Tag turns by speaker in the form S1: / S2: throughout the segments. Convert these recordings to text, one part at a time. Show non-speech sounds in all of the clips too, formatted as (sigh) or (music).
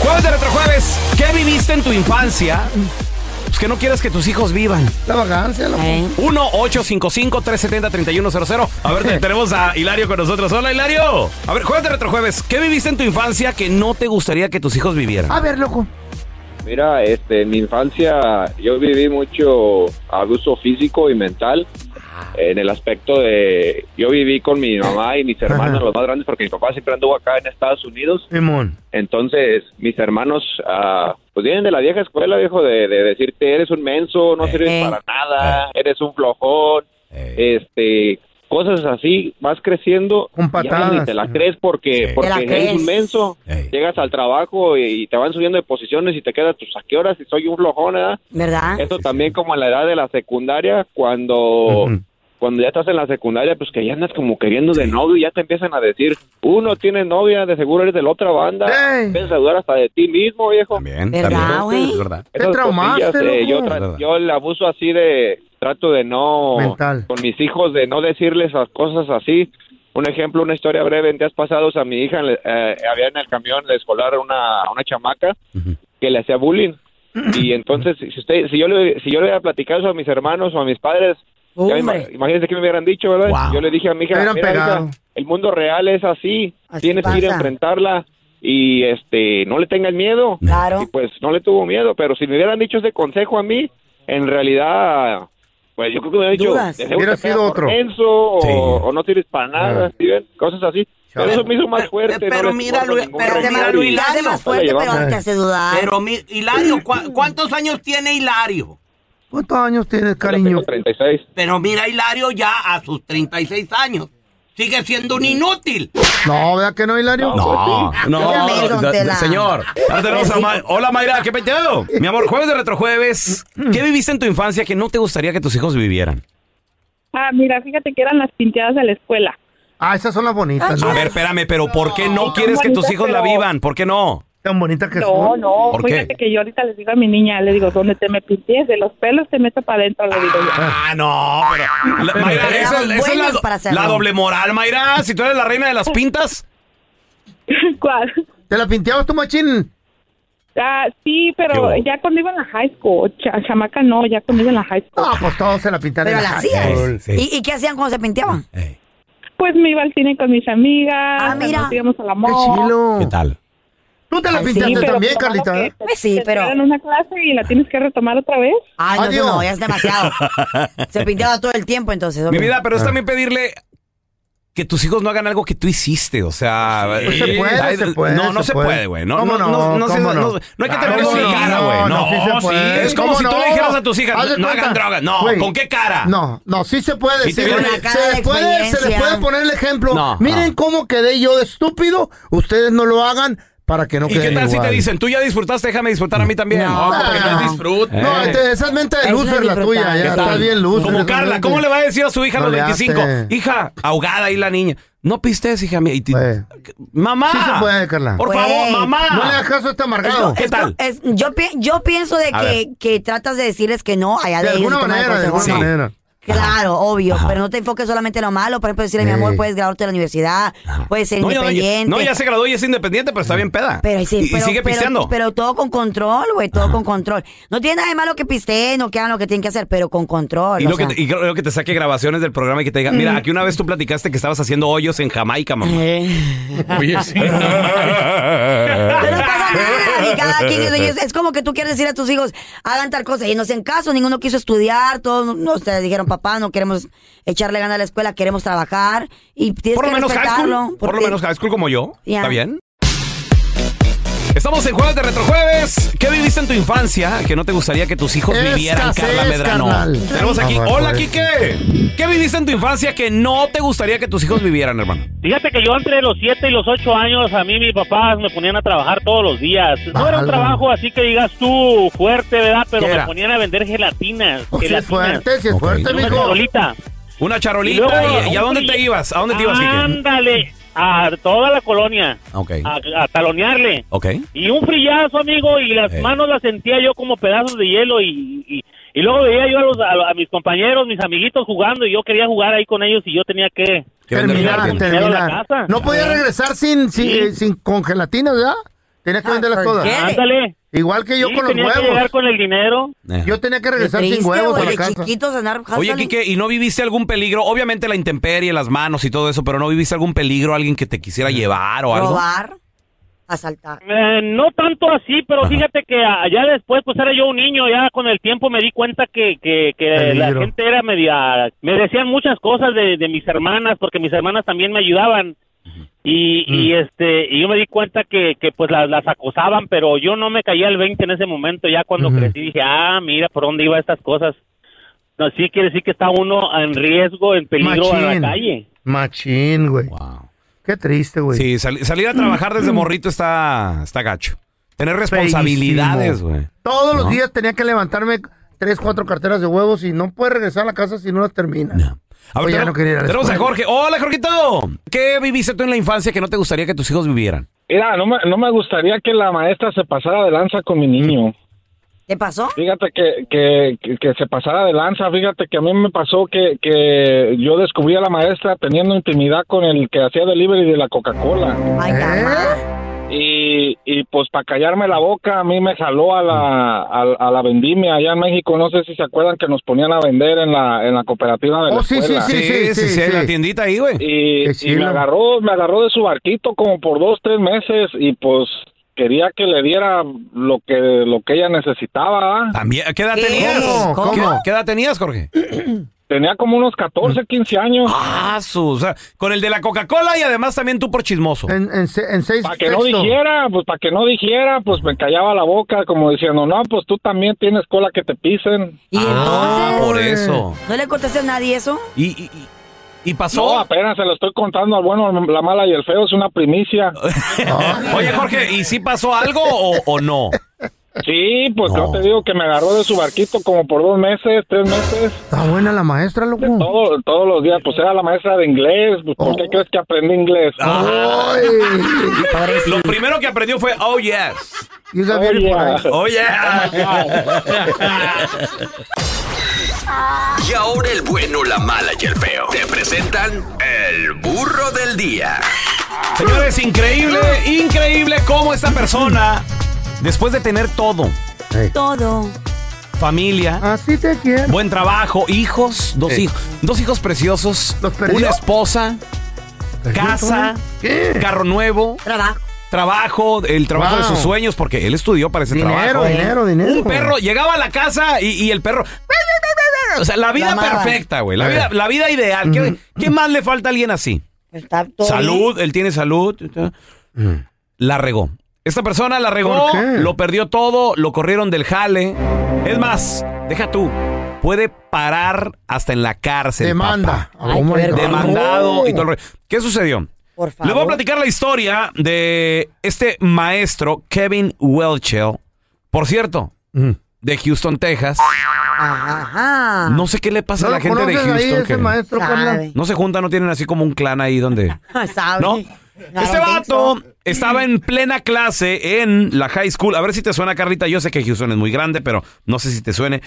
S1: Jueves de Retrojueves, ¿qué viviste en tu infancia? Pues que no quieres que tus hijos vivan.
S2: La vacancia, la
S1: 1-855-370-3100. A ver, te- tenemos a Hilario con nosotros. Hola, Hilario. A ver, Jueves de Retrojueves, ¿qué viviste en tu infancia que no te gustaría que tus hijos vivieran?
S2: A ver, loco.
S3: Mira, este, en mi infancia yo viví mucho abuso físico y mental
S2: Ah.
S3: en el aspecto de yo viví con mi mamá y mis hermanos los más grandes porque mi papá siempre anduvo acá en Estados Unidos
S2: Simón.
S3: entonces mis hermanos ah, pues vienen de la vieja escuela viejo de, de decirte eres un menso
S2: Eh,
S3: no sirves
S4: Ey.
S3: para nada eres un flojón este cosas así vas creciendo
S2: Eh. Con
S3: y ya ni
S2: patadas.
S3: te la crees porque
S4: Te
S3: porque
S4: la
S3: eres
S4: crees.
S3: un menso llegas al trabajo y, y te van subiendo de posiciones y te quedas tus a qué horas si soy un flojón ¿verdad?
S4: ¿Verdad?
S3: Eso también como a la edad de la secundaria, cuando, cuando ya estás en la secundaria, pues que ya andas como queriendo de novio y ya te empiezan a decir, uno tiene novia, de seguro eres de la otra banda,
S2: Ey.
S3: empiezas a dudar hasta de ti mismo, viejo.
S1: También,
S4: ¿Verdad, güey?
S1: Es verdad.
S2: Te
S3: Esas
S2: traumaste,
S3: cosillas, eh, yo,
S2: loco.
S3: tra-
S1: Verdad.
S3: yo el abuso así de, trato de no,
S2: Mental.
S3: con mis hijos, de no decirles las cosas así. Un ejemplo, una historia breve, en días pasados a mi hija le- eh, había en el camión de escolar una, una chamaca que le hacía bullying.
S2: (clears throat)
S3: Y entonces, si usted, si yo le, si yo le hubiera platicado eso a mis hermanos o a mis padres, ya me ima-
S4: Hombre.
S3: imagínense que me hubieran dicho, ¿verdad?
S1: Wow.
S3: Yo le dije a mi
S2: Te
S3: hija,
S2: hubieran
S3: "Mira,
S2: pegado.
S3: hija, el mundo real es así,
S4: Así
S3: tienes que ir a
S4: pasa.
S3: enfrentarla y este no le tengas miedo.
S4: Claro.
S3: Y pues no le tuvo miedo, pero si me hubieran dicho ese consejo a mí, en realidad, pues yo creo que me hubieran dicho,
S4: Dudas.
S3: "De seguro
S2: Hubiera
S3: te pegas
S2: sido
S3: por
S2: otro.
S3: menso, o,
S1: Sí.
S3: o no sirves para nada, ¿sí ven? cosas así. Pero eso me hizo más fuerte.
S5: pero
S3: no les
S5: mira,
S3: guardo
S5: Lu-
S3: ningún
S5: pero
S3: rencor
S5: mira,
S3: y-
S5: Lu-
S4: Te hace más fuerte,
S3: Llevamos.
S4: pero te hace dudar.
S5: Pero, mi, Hilario, ¿cu- ¿cuántos años tiene Hilario?
S2: ¿Cuántos años tienes,
S3: Yo
S2: cariño?
S3: tengo 36.
S5: Pero mira, Hilario ya a sus 36 años sigue siendo un inútil.
S2: No, vea que no, Hilario?
S1: No, no,
S4: Dígame, don
S1: da-
S4: Tela.
S1: señor. Ahora tenemos a Ma- Hola Mayra, ¿qué peteado? Mi amor, jueves de retrojueves. ¿Qué viviste en tu infancia que no te gustaría que tus hijos vivieran?
S6: Ah, mira, fíjate que eran las pinteadas de la escuela.
S2: Ah, esas son las bonitas.
S1: A
S2: ¿no?
S1: ver, espérame, pero ¿por qué no quieres que tus hijos la vivan? ¿Por qué no?
S2: Tan bonitas que
S6: No,
S2: son.
S6: no, pues
S1: ¿Por
S6: fíjate
S1: qué?
S6: que yo ahorita les digo a mi niña, le digo, donde te me pintees de los pelos, te meto para adentro, le digo yo.
S1: Ah, no, pero. la- Mayra, esa,
S4: Pero eran
S1: esa es la,
S4: buenos
S1: do-
S4: para hacerlo.
S1: la doble moral,
S2: Ah,
S1: Mayra. Si tú eres la reina de las pintas.
S6: ¿Cuál?
S2: ¿Te la pinteabas tú, machín?
S6: Ah,
S1: ¿Qué
S6: sí, pero
S1: hubo?
S6: ya cuando iba en la high school, cha- chamaca no, ya cuando iba en la high school.
S2: No, pues todos se la pintaron.
S4: Pero
S2: en la
S4: la
S2: high school.
S4: hacías. ¿Y, y qué hacían cuando se pinteaban?
S6: Pues me iba al cine con mis amigas,
S4: Ah, mira.
S6: nos íbamos a la
S2: Qué
S6: moda.
S1: ¿Qué
S2: chilo.
S1: tal?
S2: Tú te la
S4: Ay, sí,
S2: pintaste
S4: pero
S2: también, Carlita. ¿eh?
S4: Pues sí, pero-
S6: En una clase y la tienes que retomar otra vez.
S4: Ay, no, eso
S2: Adiós.
S1: (laughs)
S4: no, ya es demasiado. se pinteaba todo el tiempo entonces.
S1: Mi
S2: Ah.
S4: hombre.
S1: vida, pero es también pedirle que tus hijos no hagan algo que tú hiciste, o sea... eh,
S2: Pues se puede,
S1: ay,
S2: se puede,
S1: No, no
S2: se
S1: se
S2: puede.
S1: puede, güey. No,
S2: ¿Cómo
S1: no, no,
S2: no?
S1: no se-
S2: ¿Cómo no?
S1: no- no hay que
S2: Claro,
S1: tener
S2: sí,
S1: cara, güey.
S2: no,
S1: No,
S2: no, sí se
S1: sí.
S2: puede.
S1: Es como
S2: ¿Cómo
S1: si tú
S2: no?
S1: le dijeras a tus hijas,
S2: Haz de
S1: no hagan
S2: cuenta.
S1: droga. No,
S2: Güey.
S1: ¿con qué cara?
S2: No, no, sí se puede.
S1: Y te
S2: se,
S1: vieron-
S2: puede.
S1: Una cara
S2: Se
S1: de
S2: les puede, se les
S1: experiencia.
S2: puede poner el ejemplo.
S1: No,
S2: Miren cómo quedé yo de estúpido. Ustedes no lo hagan para que no
S1: ¿Y
S2: queden
S1: qué tal si
S2: igual.
S1: te dicen, tú ya disfrutaste, déjame disfrutar a mí también?
S2: No,
S1: porque
S2: no.
S1: disfruta.
S2: No, este- esa es mente de
S1: Es
S2: loser la
S1: disfrutar.
S2: tuya.
S1: Eh. ¿Qué
S2: Ya está
S1: tal?
S2: bien loser.
S1: Como Carla, ¿cómo le va a decir a su hija a
S2: No
S1: los
S2: le
S1: 25?
S2: hace.
S1: Hija, ahogada ahí la niña. No pistes, hija mía. Y ti- Mamá.
S2: Sí se puede, Carla.
S1: Por favor,
S4: Güey.
S1: mamá.
S2: No le hagas caso a este amargado.
S1: ¿Qué tal?
S4: Es- yo, pi- yo pienso de
S1: A
S4: que, que tratas de decirles que no allá
S2: De
S4: de, ellos y
S2: alguna
S4: tomar el
S2: manera, de alguna
S4: consejo, ¿no?
S2: manera.
S4: Claro, obvio, pero no te enfoques solamente en lo malo. Por ejemplo, decirle, mi amor, puedes graduarte de la universidad, puedes ser
S1: No, ya- ya,
S4: independiente.
S1: no, ya se graduó y es independiente, pero está bien peda.
S4: Pero, sí,
S1: y, y
S4: pero-
S1: sigue
S4: pero-
S1: pisteando.
S4: Pero todo con control, güey, todo con control. No tiene nada de malo que pisteen o que hagan lo que tienen que hacer, pero con control.
S1: y
S4: o
S1: lo que,
S4: sea. Mm.
S1: te- y creo que te saque grabaciones del programa y que te diga, mira, aquí una vez tú platicaste que estabas haciendo hoyos en Jamaica, mamá.
S4: Eh.
S1: Oye,
S4: (laughs)
S1: sí.
S4: Pero no pasa nada,
S1: (laughs)
S4: y cada quien es de ellos. Es como que tú quieres decir a tus hijos, hagan tal cosa, y no hacen caso, ninguno quiso estudiar, todos no, no, te dijeron, papá, no queremos echarle ganas a la escuela, queremos trabajar, y tienes
S1: Por lo
S4: que
S1: menos high
S4: respetarlo.
S1: school. Por lo
S4: porque-
S1: menos high school como yo.
S4: Ya.
S1: ¿Está bien? Estamos en Jueves de Retrojueves. ¿Qué viviste en tu infancia que no te gustaría que tus hijos
S2: Escasez,
S1: vivieran, Carla Medrano?
S2: carnal.
S1: Tenemos aquí.
S2: A ver,
S1: Hola,
S2: pues.
S1: Quique. ¿Qué viviste en tu infancia que no te gustaría que tus hijos vivieran, hermano?
S7: Fíjate que yo entre los 7 y los 8 años, a mí mis papás me ponían a trabajar todos los días. No era
S1: Válgame.
S7: un trabajo así que digas tú fuerte, ¿verdad? Pero
S1: ¿Qué
S7: me
S1: era?
S7: ponían a vender gelatinas.
S1: si es
S7: gelatinas.
S1: Oh, fuerte, si es
S7: Ok.
S1: fuerte,
S7: Una
S1: mijo. Una
S7: charolita. Y luego,
S1: charolita. ¿Y, y a
S7: un
S1: dónde
S7: pri-
S1: te ibas? ¿A dónde te ibas, Quique?
S7: Ándale, a toda la colonia.
S1: Ok.
S7: A, a talonearle.
S1: Ok.
S7: Y un frillazo, amigo, y las manos las sentía yo como pedazos de hielo y... y y luego veía yo a, los- a- a mis compañeros, mis amiguitos jugando y yo quería jugar ahí con ellos y yo tenía que
S2: Terminar,
S7: con dinero de la
S2: terminar.
S7: casa.
S2: No podía
S7: Ah.
S2: regresar sin, sin, eh, sin con gelatina, ¿verdad? Tenías que venderlas todas.
S7: Ah, Ándale.
S2: Igual que yo
S7: Sí,
S2: con los
S7: tenía que llegar
S2: huevos.
S7: con el dinero.
S2: Yo tenía que
S4: Qué
S2: regresar sin
S4: triste,
S2: huevos a
S4: güey,
S2: la
S4: de
S2: casa.
S4: chiquitos andar
S1: Oye,
S4: hustling.
S1: Quique, ¿y no viviste algún peligro? Obviamente la intemperie, las manos y todo eso, pero ¿no viviste algún peligro? ¿Alguien que te quisiera llevar o algo?
S4: robar, asaltar.
S7: Eh, no tanto así, pero fíjate que allá después, pues era yo un niño, ya con el tiempo me di cuenta que, que, que la
S8: Peligro.
S7: gente era media... Me decían muchas cosas de, de mis hermanas, porque mis hermanas también me ayudaban. Y, y este y yo me di cuenta que, que pues las, las acosaban, pero yo no me caía el 20 en ese momento, ya cuando crecí dije, ah, mira por dónde iba estas cosas. No, sí quiere decir que está uno en riesgo, en peligro en
S2: Machín.
S7: la calle.
S2: Machín, güey. Qué triste, güey.
S1: Sí, sali- salir a
S2: Mm.
S1: trabajar desde morrito está, está gacho. Tener responsabilidades,
S2: Feísimo.
S1: güey.
S2: Todos los
S1: ¿No?
S2: días tenía que levantarme tres, cuatro carteras de huevos y no puede regresar a la casa si no las termina.
S1: A ver,
S2: Oye, ya
S1: tenemos-
S2: no quería ir a la
S1: tenemos a
S2: escuela.
S1: Jorge. Hola, Jorgito. ¿Qué viviste tú en la infancia que no te gustaría que tus hijos vivieran?
S9: Mira, no me, no me gustaría que la maestra se pasara de lanza con mi niño.
S4: ¿Qué pasó?
S9: Fíjate que, que, que- que se pasara de lanza. Fíjate que a mí me pasó que, que yo descubrí a la maestra teniendo intimidad con el que hacía delivery de la Coca-Cola.
S2: ¿Eh?
S9: Y, y pues para callarme la boca, a mí me jaló a la, a, a la vendimia allá en México. No sé si se acuerdan que nos ponían a vender en la, en la cooperativa de la
S2: Oh, sí, sí,
S9: escuela.
S2: sí, sí, Sí, sí, sí, sí, sí. la
S1: tiendita ahí, güey.
S9: Y,
S2: Qué
S9: y me
S2: chilo.
S9: agarró, me agarró de su barquito como por dos, tres meses y pues quería que le diera lo que, lo que ella necesitaba. ¿ah?
S1: También, ¿qué edad tenías? ¿Qué, qué edad tenías, Jorge?
S9: (clears throat)
S1: Mm.
S9: Tenía como unos 14, 15 años.
S1: Ah, su, o sea, con el de la Coca-Cola y además también tú por chismoso.
S2: En, en, se- en seis
S9: Para que no
S2: sexto.
S9: dijera, pues para que no dijera, pues me callaba la boca como diciendo, no, pues tú también tienes cola que te pisen.
S4: Y
S1: Ah, por eso.
S4: ¿No le contesté a nadie eso?
S1: Y, y, y- y pasó.
S9: No, apenas se lo estoy contando al bueno, la mala y el feo, es una primicia.
S1: (laughs) Oye, Jorge, ¿y si pasó algo o, o no?
S9: Sí, pues yo te digo que me agarró de su barquito como por dos meses, tres meses.
S2: Está buena la maestra, loco.
S9: Todo, todos los días, pues era la maestra de inglés. Pues, ¿Por qué crees que aprendí inglés?
S1: Lo primero que aprendió fue, oh, yes.
S2: You
S1: got
S9: Oh, beautiful yeah. eyes.
S1: Oh, yeah.
S10: (laughs) Y ahora el bueno, la mala y el feo. Te presentan el burro del día.
S1: Señores, increíble, increíble cómo esta persona, después de tener todo,
S4: Todo.
S1: familia,
S2: Así te quiero.
S1: buen trabajo, hijos, dos
S2: Sí.
S1: hijos, dos hijos preciosos,
S2: perdió?
S1: una esposa, casa, carro nuevo,
S4: trabajo.
S1: Trabajo, el trabajo de
S2: Wow.
S1: sus sueños, porque él estudió para ese
S2: Dinero,
S1: trabajo. ¿eh?
S2: dinero, dinero.
S1: Un perro llegaba a la casa y, y el perro. O sea, la vida
S2: La amaba.
S1: perfecta, güey. La
S2: Eh.
S1: vida, la vida ideal. ¿Qué, qué más le falta a alguien así?
S4: Está todo
S1: Salud, él tiene salud. La regó. Esta persona la regó,
S11: ¿Por qué?
S1: lo perdió todo, lo corrieron del jale. Es más, deja tú. Puede parar hasta en la cárcel.
S2: Demanda.
S1: papá.
S2: Ay, Oh my qué God.
S1: Demandado y todo
S2: No.
S1: el rollo. ¿Qué sucedió?
S4: Por
S1: Le voy a platicar la historia de este maestro, Kevin Welchel. Por cierto, de Houston, Texas.
S4: Ajá.
S1: No sé qué le pasa
S4: ¿No
S1: a la
S4: lo
S1: gente de
S4: conoces
S1: Houston.
S4: ahí, ese
S1: que-
S4: maestro, Carla? Ah. Sabe.
S1: No se juntan, no tienen así como un clan ahí donde.
S4: ¿Sabe? (laughs)
S1: No. Este
S4: I don't think so.
S1: vato estaba en plena clase en la high school. A ver si te suena, Carlita. Yo sé que Houston es muy grande, pero no sé si te suene.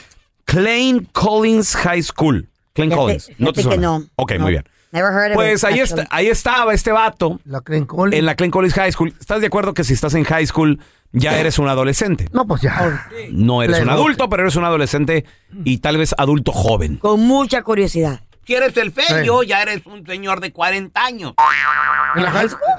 S1: Klein Collins High School. Klein
S4: Fíjate-
S1: Collins. No te
S4: fíjate
S1: suena.
S4: que no.
S1: Ok,
S4: No.
S1: muy bien.
S4: Never heard of
S1: Pues
S4: it,
S1: ahí,
S4: actually.
S1: está, ahí estaba este vato. En la Klein Collins High School. ¿Estás de acuerdo que si estás en high school ya eres un adolescente?
S2: No, pues ya.
S1: No eres un
S2: Claro.
S1: adulto, pero eres un adolescente y tal vez adulto joven.
S4: Con mucha curiosidad.
S3: Quieres el
S1: Sí.
S3: fello, ya eres un señor de 40 años.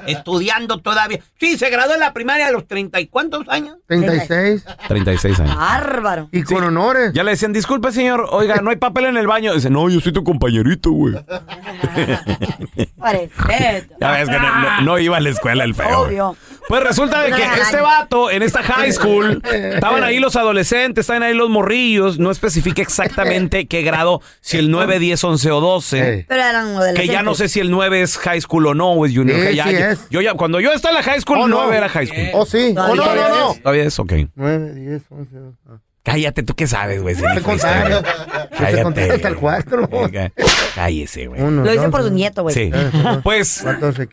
S3: Estudiando todavía. Sí, se graduó en la primaria a los 30 y cuántos años.
S2: 36.
S1: 36 años. (laughs)
S4: Bárbaro.
S2: Y con honores.
S1: Ya le decían, disculpe, señor, oiga, no hay papel en el baño. Dice, no, yo soy tu compañerito, güey. (laughs)
S4: Parece.
S1: Ya ves que no, no- no iba a la escuela el feo. güey.
S4: Obvio.
S1: Pues resulta de que este vato en esta high school estaban ahí los adolescentes, estaban ahí los morrillos, no especifica exactamente qué grado, si el 9, 10, 11 o 12.
S4: Pero eran
S1: Que ya no sé si el 9 es high school o no, o es junior.
S2: Sí,
S1: que ya-
S2: sí
S1: yo-
S2: es.
S1: Yo ya, cuando yo estaba en la high school,
S2: Oh,
S1: el
S2: no.
S1: 9 era high school.
S2: Oh, sí. Oh, no, no, no.
S1: Todavía es ok.
S2: 9, 10, 11, 12.
S1: Cállate, ¿tú qué sabes, güey? si ni fuiste, (laughs)
S2: contaron.
S1: güey?
S2: Se
S1: Cállate.
S2: contaron hasta el 4.
S1: Oiga, Cállese, güey.
S4: Lo hice por su nieto, güey.
S1: Sí.
S2: Ah,
S1: Pues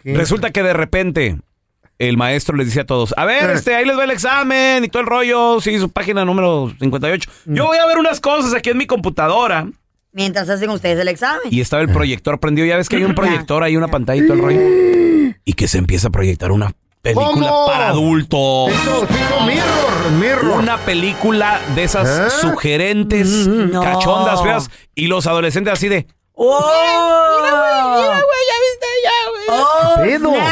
S1: resulta que de repente el maestro les dice a todos, a ver, este, ahí les va el examen y todo el rollo, sí, su página número 58.
S2: Mm.
S1: Yo voy a ver unas cosas aquí en mi computadora.
S4: Mientras hacen ustedes el examen.
S1: Y
S2: Ah.
S1: estaba el proyector prendido, ya ves que hay un proyector, hay una pantalla y todo el rollo. Y que se empieza a proyectar una película
S2: ¿Cómo?
S1: para adultos.
S2: Mirror, mirror.
S1: Una película de esas
S2: ¿Eh?
S1: sugerentes,
S2: No.
S1: cachondas feas, y los adolescentes así de...
S4: ¡Oh! Mira, güey, mira, güey,
S3: ya viste ya,
S4: güey. ¡Oh!
S2: Pedo.
S4: snap!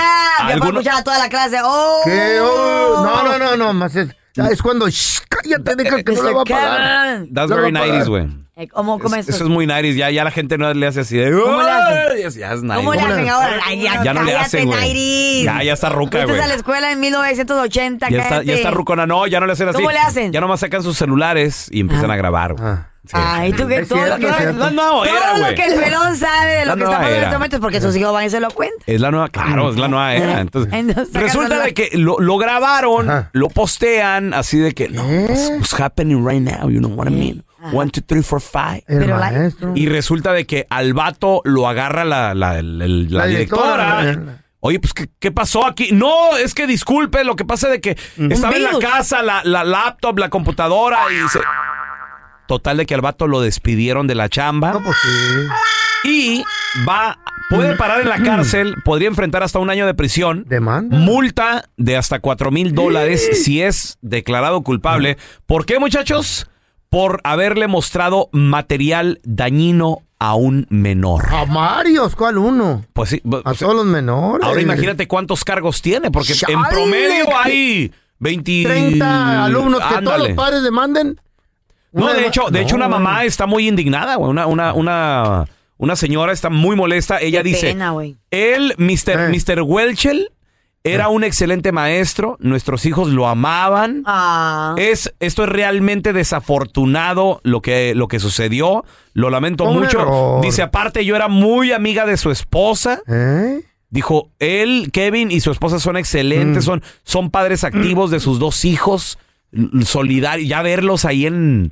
S4: Yo
S2: Alguno-
S4: puedo escuchar a toda la clase. ¡Oh!
S2: ¿Qué? Oh, no, no, no, no, más es, es cuando shh, cállate, deja que no la va a pagar.
S4: Kevin.
S1: That's
S2: No
S1: very
S2: lo pagan.
S1: 90s, güey.
S4: Eh, ¿Cómo, cómo es
S1: Eso es muy 90s, ya, ya la gente no le hace así de...
S4: ¿Cómo le hacen?
S1: "Ay", Ya, ya es 90s.
S4: ¿Cómo le hacen ahora? Ay, ya,
S1: Ya no le
S4: cállate,
S1: hacen, güey.
S4: 90s.
S1: Ya, ya está ruca,
S4: Fuiste
S1: güey.
S4: a la escuela en 1980,
S1: Ya está, ya
S4: cállate.
S1: está rucona. No, ya no le hacen así.
S4: ¿Cómo le hacen? Ah.
S1: Ya nomás sacan sus celulares y empiezan a grabar, güey.
S2: Ah.
S4: Ay, tú que
S1: Es
S4: todo
S1: cierto,
S4: lo que,
S1: es cierto. La nueva era,
S4: todo
S1: güey.
S4: lo que el pelón sabe de
S1: La
S4: lo que
S1: nueva
S4: está pasando en
S1: era.
S4: este momento es porque sus hijos van y se lo cuentan. ¿Eh?
S1: Es la nueva, claro, es la nueva
S4: (laughs)
S2: Ah,
S1: era. Entonces,
S4: Entonces, sacan
S1: resulta
S4: celular.
S1: de que lo, lo grabaron, lo postean así de que, no, what's, what's happening right now, you know what I mean? One, two, three, four, five.
S2: Pero la- maestro.
S1: Y resulta de que al vato lo agarra la, la- la- la
S2: La
S1: directora.
S2: directora.
S1: Oye, pues, ¿qué, qué pasó aquí? No, es que disculpe, lo que pasa de que estaba en la
S11: virus.
S1: casa, la, la laptop, la computadora y se... Total de que al vato lo despidieron de la chamba.
S2: pues
S1: Y va, puede parar en la cárcel, podría enfrentar hasta un año de prisión. Multa de hasta 4 mil dólares si es declarado culpable. ¿Por qué, muchachos? Por haberle mostrado material dañino a un menor.
S2: A varios, ¿cuál uno?
S1: Pues sí.
S2: A todos los menores.
S1: Ahora imagínate cuántos cargos tiene, porque en
S2: Chale,
S1: promedio
S2: que-
S1: hay 20...
S2: 30 alumnos que todos
S1: Ándale.
S2: los padres demanden.
S1: No,
S2: Una
S1: de
S2: dema-
S1: hecho, de
S2: No,
S1: hecho una
S2: güey.
S1: mamá está muy indignada, güey. Una, una, una, una señora está muy molesta. Ella
S4: Qué
S1: dice,
S4: pena, güey.
S1: él,
S2: Eh.
S1: Mr. Mr. Welchel, era un excelente maestro, nuestros hijos lo amaban.
S4: Ah.
S1: Es, esto es realmente desafortunado lo que, lo que sucedió. Lo lamento
S2: Fue un
S1: mucho.
S2: error.
S1: Dice, aparte, yo era muy amiga de su esposa. Dijo, él, Kevin y su esposa son excelentes, son, son padres activos de sus dos hijos, l- solidarios. Ya verlos ahí en,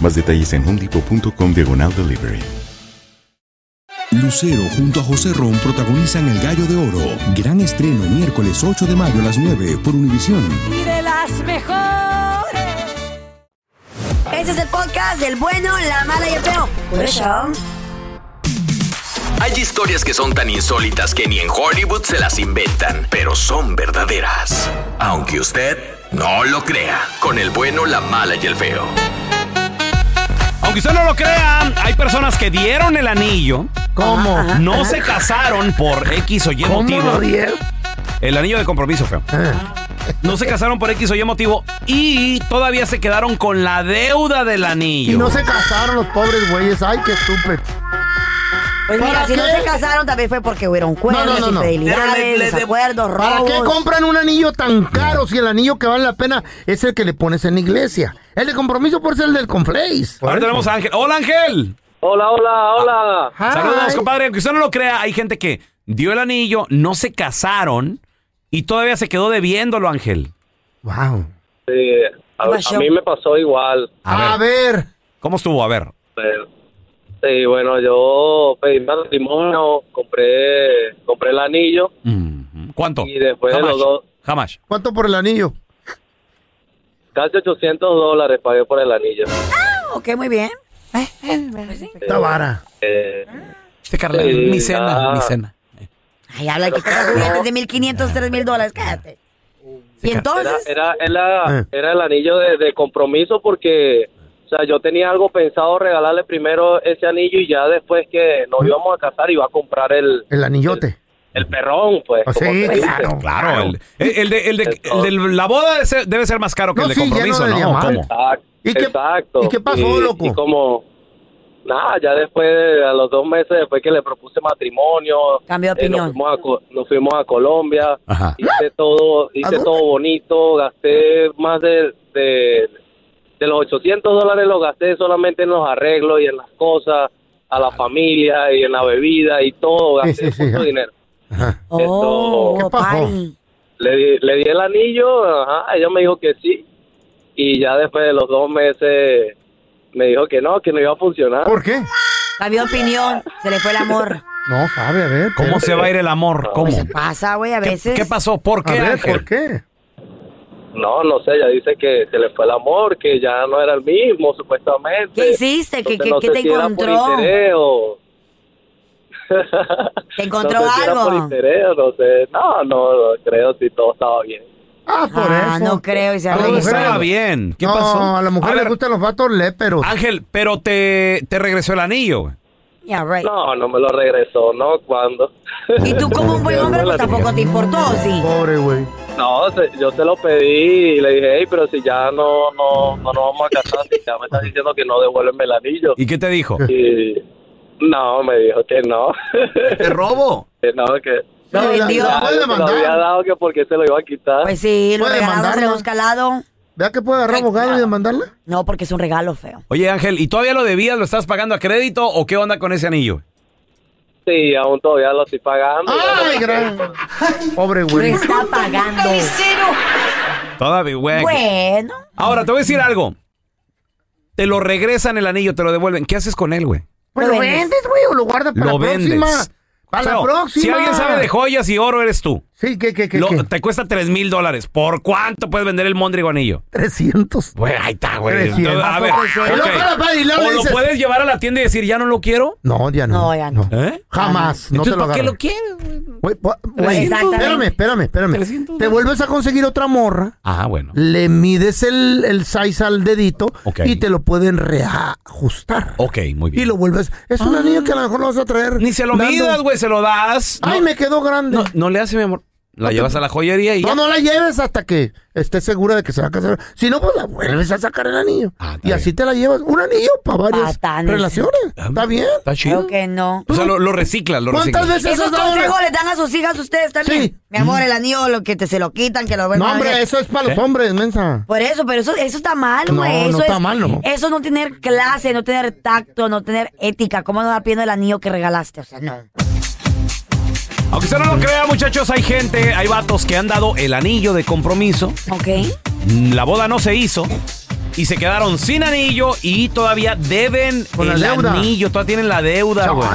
S12: Más detalles en homedepot.com diagonal delivery.
S13: Lucero junto a José Ron protagonizan El Gallo de Oro. Gran estreno miércoles 8 de mayo a las 9 por Univisión.
S4: Y de las mejores. Este es el podcast del bueno, la mala y el feo. Por eso.
S10: Hay historias que son tan insólitas que ni en Hollywood se las inventan, pero son verdaderas. Aunque usted no lo crea, con el bueno, la mala y el feo.
S1: Aunque usted no lo crea, hay personas que dieron el anillo.
S2: ¿Cómo? Ajá,
S1: No
S2: ajá.
S1: se casaron por X o Y
S2: ¿Cómo
S1: motivo.
S2: lo dieron?
S1: El anillo de compromiso, feo. No se casaron por X o Y motivo y todavía se quedaron con la deuda del anillo.
S2: Y no se casaron los pobres güeyes. Ay, qué estúpido.
S4: Pues mira,
S2: ¿Para
S4: si no
S2: qué?
S4: se casaron, también fue porque hubieron cuernos,
S2: No, no, no, no. Pero
S4: infidelidades,
S2: le- le-
S4: desacuerdos, robos.
S2: ¿Para qué compran un anillo tan caro si el anillo que vale la pena es el que le pones en la iglesia? El de compromiso por ser el del conflace.
S1: Ahora tenemos a Ángel. ¡Hola, Ángel!
S11: Hola, hola, hola.
S2: Ah,
S1: Saludos, compadre. Aunque usted no lo crea, hay gente que dio el anillo, no se casaron y todavía se quedó debiéndolo, Ángel.
S2: Wow.
S11: Sí, a,
S1: Pasó.
S11: a mí me pasó igual.
S2: A ver.
S1: ¿Cómo estuvo? A ver.
S11: Pero- Sí, bueno, yo pedí matrimonio, compré, compré el anillo.
S1: ¿Cuánto?
S11: Y después de
S1: Jamás.
S11: los dos,
S1: Mm, Jamás.
S2: ¿Cuánto por el anillo?
S11: casi 800 dólares pagué por el anillo.
S4: Ok, muy bien.
S2: Pues Está vara.
S11: Eh,
S1: Este
S11: Carla, Sí, mi cena, ah. mi cena.
S4: Ay, habla que estás jugando de 1500, 3000 dólares. Cállate. Y entonces,
S11: Era, era, era- era el anillo de, de compromiso porque, o sea, yo tenía algo pensado regalarle primero ese anillo y ya después que nos íbamos a casar iba a comprar el,
S2: El anillote.
S11: el perrón, pues.
S2: Ah,
S11: como
S2: sí,
S11: se Eh, dice.
S2: claro.
S1: Claro, el, Eh, el- el de, el de- el de la boda debe ser, debe ser más caro que
S11: No,
S1: el de
S11: sí, ya no
S1: compromiso, ¿no?
S11: debería
S1: ¿O
S11: más.
S1: ¿Cómo?
S11: Exacto. exacto.
S1: y qué pasó, loco?
S11: Y como, nada, ya después, a los dos meses después que le propuse matrimonio,
S4: Cambió de
S11: eh, nos,
S4: opinión.
S11: fuimos a, Co- nos fuimos a Colombia,
S1: Ajá.
S11: hice todo, hice todo bonito, gasté más de, de, de los 800 dólares, lo gasté solamente en los arreglos y en las cosas, a la familia y en la bebida y todo,
S2: Sí,
S11: gasté
S2: sí, sí,
S11: mucho
S2: ajá.
S11: dinero.
S4: Oh,
S11: Esto-
S4: party.
S11: le, di- le di el anillo, ajá, ella me dijo que sí. Y ya después de los dos meses me dijo que no, que no iba a funcionar.
S2: ¿Por qué?
S4: cambió de opinión, se le fue el amor.
S2: No, sabe, a ver.
S1: ¿Cómo se va a ir el amor? ¿Cómo?
S4: Pasa, güey, a veces.
S1: ¿Qué pasó? ¿Por qué,
S11: ver,
S1: Ángel?
S11: ¿por
S2: qué?
S11: No, no sé, ella dice que se le fue el amor, que ya no era el mismo, supuestamente.
S4: ¿Qué hiciste? ¿Qué-
S11: Entonces,
S4: qué-
S11: no
S4: qué
S11: sé
S4: te
S11: si era por
S4: encontró?
S11: interés o- (laughs)
S4: ¿Te encontró
S11: no sé si era
S4: algo?
S11: por interés o no sé. No, no, no, creo si todo estaba bien.
S2: Ah, por
S4: Ah,
S2: eso.
S4: no creo. Y se
S2: A la
S4: arregló.
S2: mujer-
S1: Estaba bien. ¿Qué
S2: no,
S1: pasó?
S2: a la mujer
S1: A
S2: le
S1: ver,
S2: gustan los vatos léperos.
S1: Ángel, pero te, te regresó el anillo. güey.
S4: Yeah, right.
S11: No, no me lo regresó, ¿no? ¿Cuándo?
S4: Y tú como un buen hombre, pues tampoco te importó, ¿o sí.
S2: Pobre güey.
S11: No, se- yo se lo pedí y le dije, hey, pero si ya no, no, no nos vamos a casar, si ya me estás diciendo que no devuélveme el anillo.
S1: ¿Y qué te dijo?
S11: Y, no, me dijo que no.
S1: ¿Te robo?
S11: (laughs) Que no, que...
S4: Lo
S11: Ya,
S4: vendió.
S11: ya,
S4: Puede
S11: se lo
S4: mandar.
S11: había dado que porque se lo iba a quitar.
S4: Pues sí, lo regalado se le busca lado.
S2: ¿Vea que puede agarrar abogado y demandarla?
S4: No, porque es un regalo feo.
S1: Oye, Ángel, ¿y todavía lo debías? ¿Lo estás pagando a crédito o qué onda con ese anillo? Ah.
S11: Sí, aún todavía lo estoy pagando.
S2: Ay, gran. Pobre güey.
S4: Lo está pagando.
S1: Todavía, güey.
S4: Bueno.
S1: Ahora, te voy a decir algo. Te lo regresan el anillo, te lo devuelven. ¿Qué haces con él, güey?
S2: Pues
S4: Lo
S2: lo
S4: vendes.
S2: vendes, güey, o lo guardas para
S1: Lo
S2: la próxima.
S1: vendes.
S2: Para la
S1: Feo,
S2: próxima.
S1: Si alguien
S2: (laughs)
S1: sabe de joyas y oro, eres tú.
S2: Sí, ¿qué, qué, qué?
S1: Lo-
S2: qué?
S1: Te cuesta 3 mil dólares. ¿Por cuánto puedes vender el Mondrigo anillo?
S2: 300.
S1: Güey, ahí está, güey.
S2: 300.
S1: A
S2: Y
S1: ver,
S2: luego,
S1: ok.
S2: para, para, y luego
S1: O
S2: le
S1: lo
S2: dices-
S1: puedes llevar a la tienda y decir, ya no lo quiero.
S2: No, ya no.
S4: No, ya no.
S1: ¿Eh?
S2: Jamás, Pues no
S1: Entonces,
S2: te lo
S1: ¿para qué
S2: agarro.
S1: lo quieres?
S2: Güey, po- güey,
S4: Exactamente.
S2: espérame, espérame, espérame. Te vuelves a conseguir otra morra,
S1: Ah, bueno.
S2: le mides el, el size al dedito
S1: Ok.
S2: y te lo pueden reajustar.
S1: Ok, muy bien. Ah.
S2: Y lo vuelves. Es un anillo que a lo mejor lo vas a traer.
S1: Ni se lo
S2: dando-
S1: midas, güey, se lo das.
S2: Ay,
S1: no,
S2: me quedó grande.
S1: no, no le hace, mi amor. La llevas a la joyería y
S2: No,
S1: ya.
S2: no la lleves hasta que estés segura de que se va a casar. Si no, pues la vuelves a sacar el anillo.
S1: Ah,
S2: y así te la llevas. Un anillo para varias
S4: Patanes.
S2: relaciones. ¿Está bien?
S1: Ah, Está chido.
S4: Creo que no.
S1: O sea, lo, lo reciclas, lo
S2: ¿Cuántas
S1: reciclas.
S2: veces
S4: ¿Esos
S2: has dado
S4: consejos
S2: la-
S4: les dan a sus hijas ustedes también? Mi amor, el anillo, lo que te se lo quitan, que lo ven.
S2: No, hombre, eso es para los
S4: ¿Eh?
S2: hombres, mensa.
S4: Por eso, pero eso, eso está mal,
S2: No,
S4: güey.
S2: no
S4: eso
S2: está
S4: es-
S2: mal, no.
S4: Eso no tener clase, no tener tacto, no tener ética. ¿Cómo no dar pidiendo el anillo que regalaste? O sea, no.
S1: Aunque usted no lo crea, muchachos, hay gente, hay vatos que han dado el anillo de compromiso.
S4: Ok.
S1: La boda no se hizo. Y se quedaron sin anillo y todavía deben
S2: Con la
S1: el
S2: deuda.
S1: anillo. Todavía tienen la deuda, güey.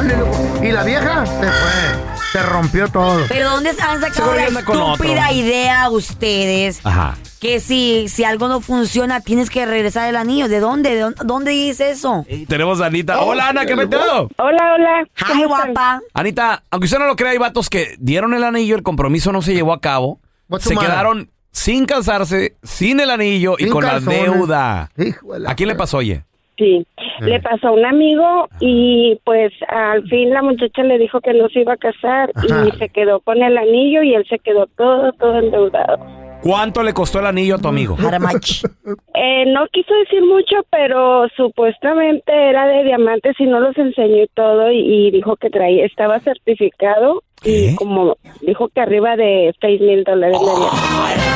S2: Y la vieja se fue. Se rompió todo.
S4: Pero ¿dónde han sacado
S2: Seguro
S4: la
S2: ya anda con otro.
S4: estúpida idea ustedes?
S1: Ajá.
S4: Que si, si algo no funciona, tienes que regresar el anillo. ¿De dónde? ¿De dónde, dónde dice eso?
S1: Tenemos a
S2: Oh,
S1: Anita. Hola, Ana, ¿qué me
S14: Hola, hola.
S4: Ay, guapa.
S1: Anita, aunque usted no lo crea, hay vatos que dieron el anillo, el compromiso no se llevó a cabo.
S2: What's
S1: Se
S2: the matter?
S1: quedaron sin casarse, sin el anillo y
S2: Sin
S1: con
S2: calzones.
S1: la deuda. ¿A quién le pasó, oye?
S14: Sí, le pasó a un amigo y pues al fin la muchacha le dijo que no se iba a casar y se quedó con el anillo y él se quedó todo, todo endeudado.
S1: ¿Cuánto le costó el anillo a tu amigo?
S14: Eh, no quiso decir mucho, pero supuestamente era de diamantes y no los enseñó y todo y, y dijo que traía, estaba certificado y como dijo que arriba de seis mil dólares. le había.
S1: (laughs)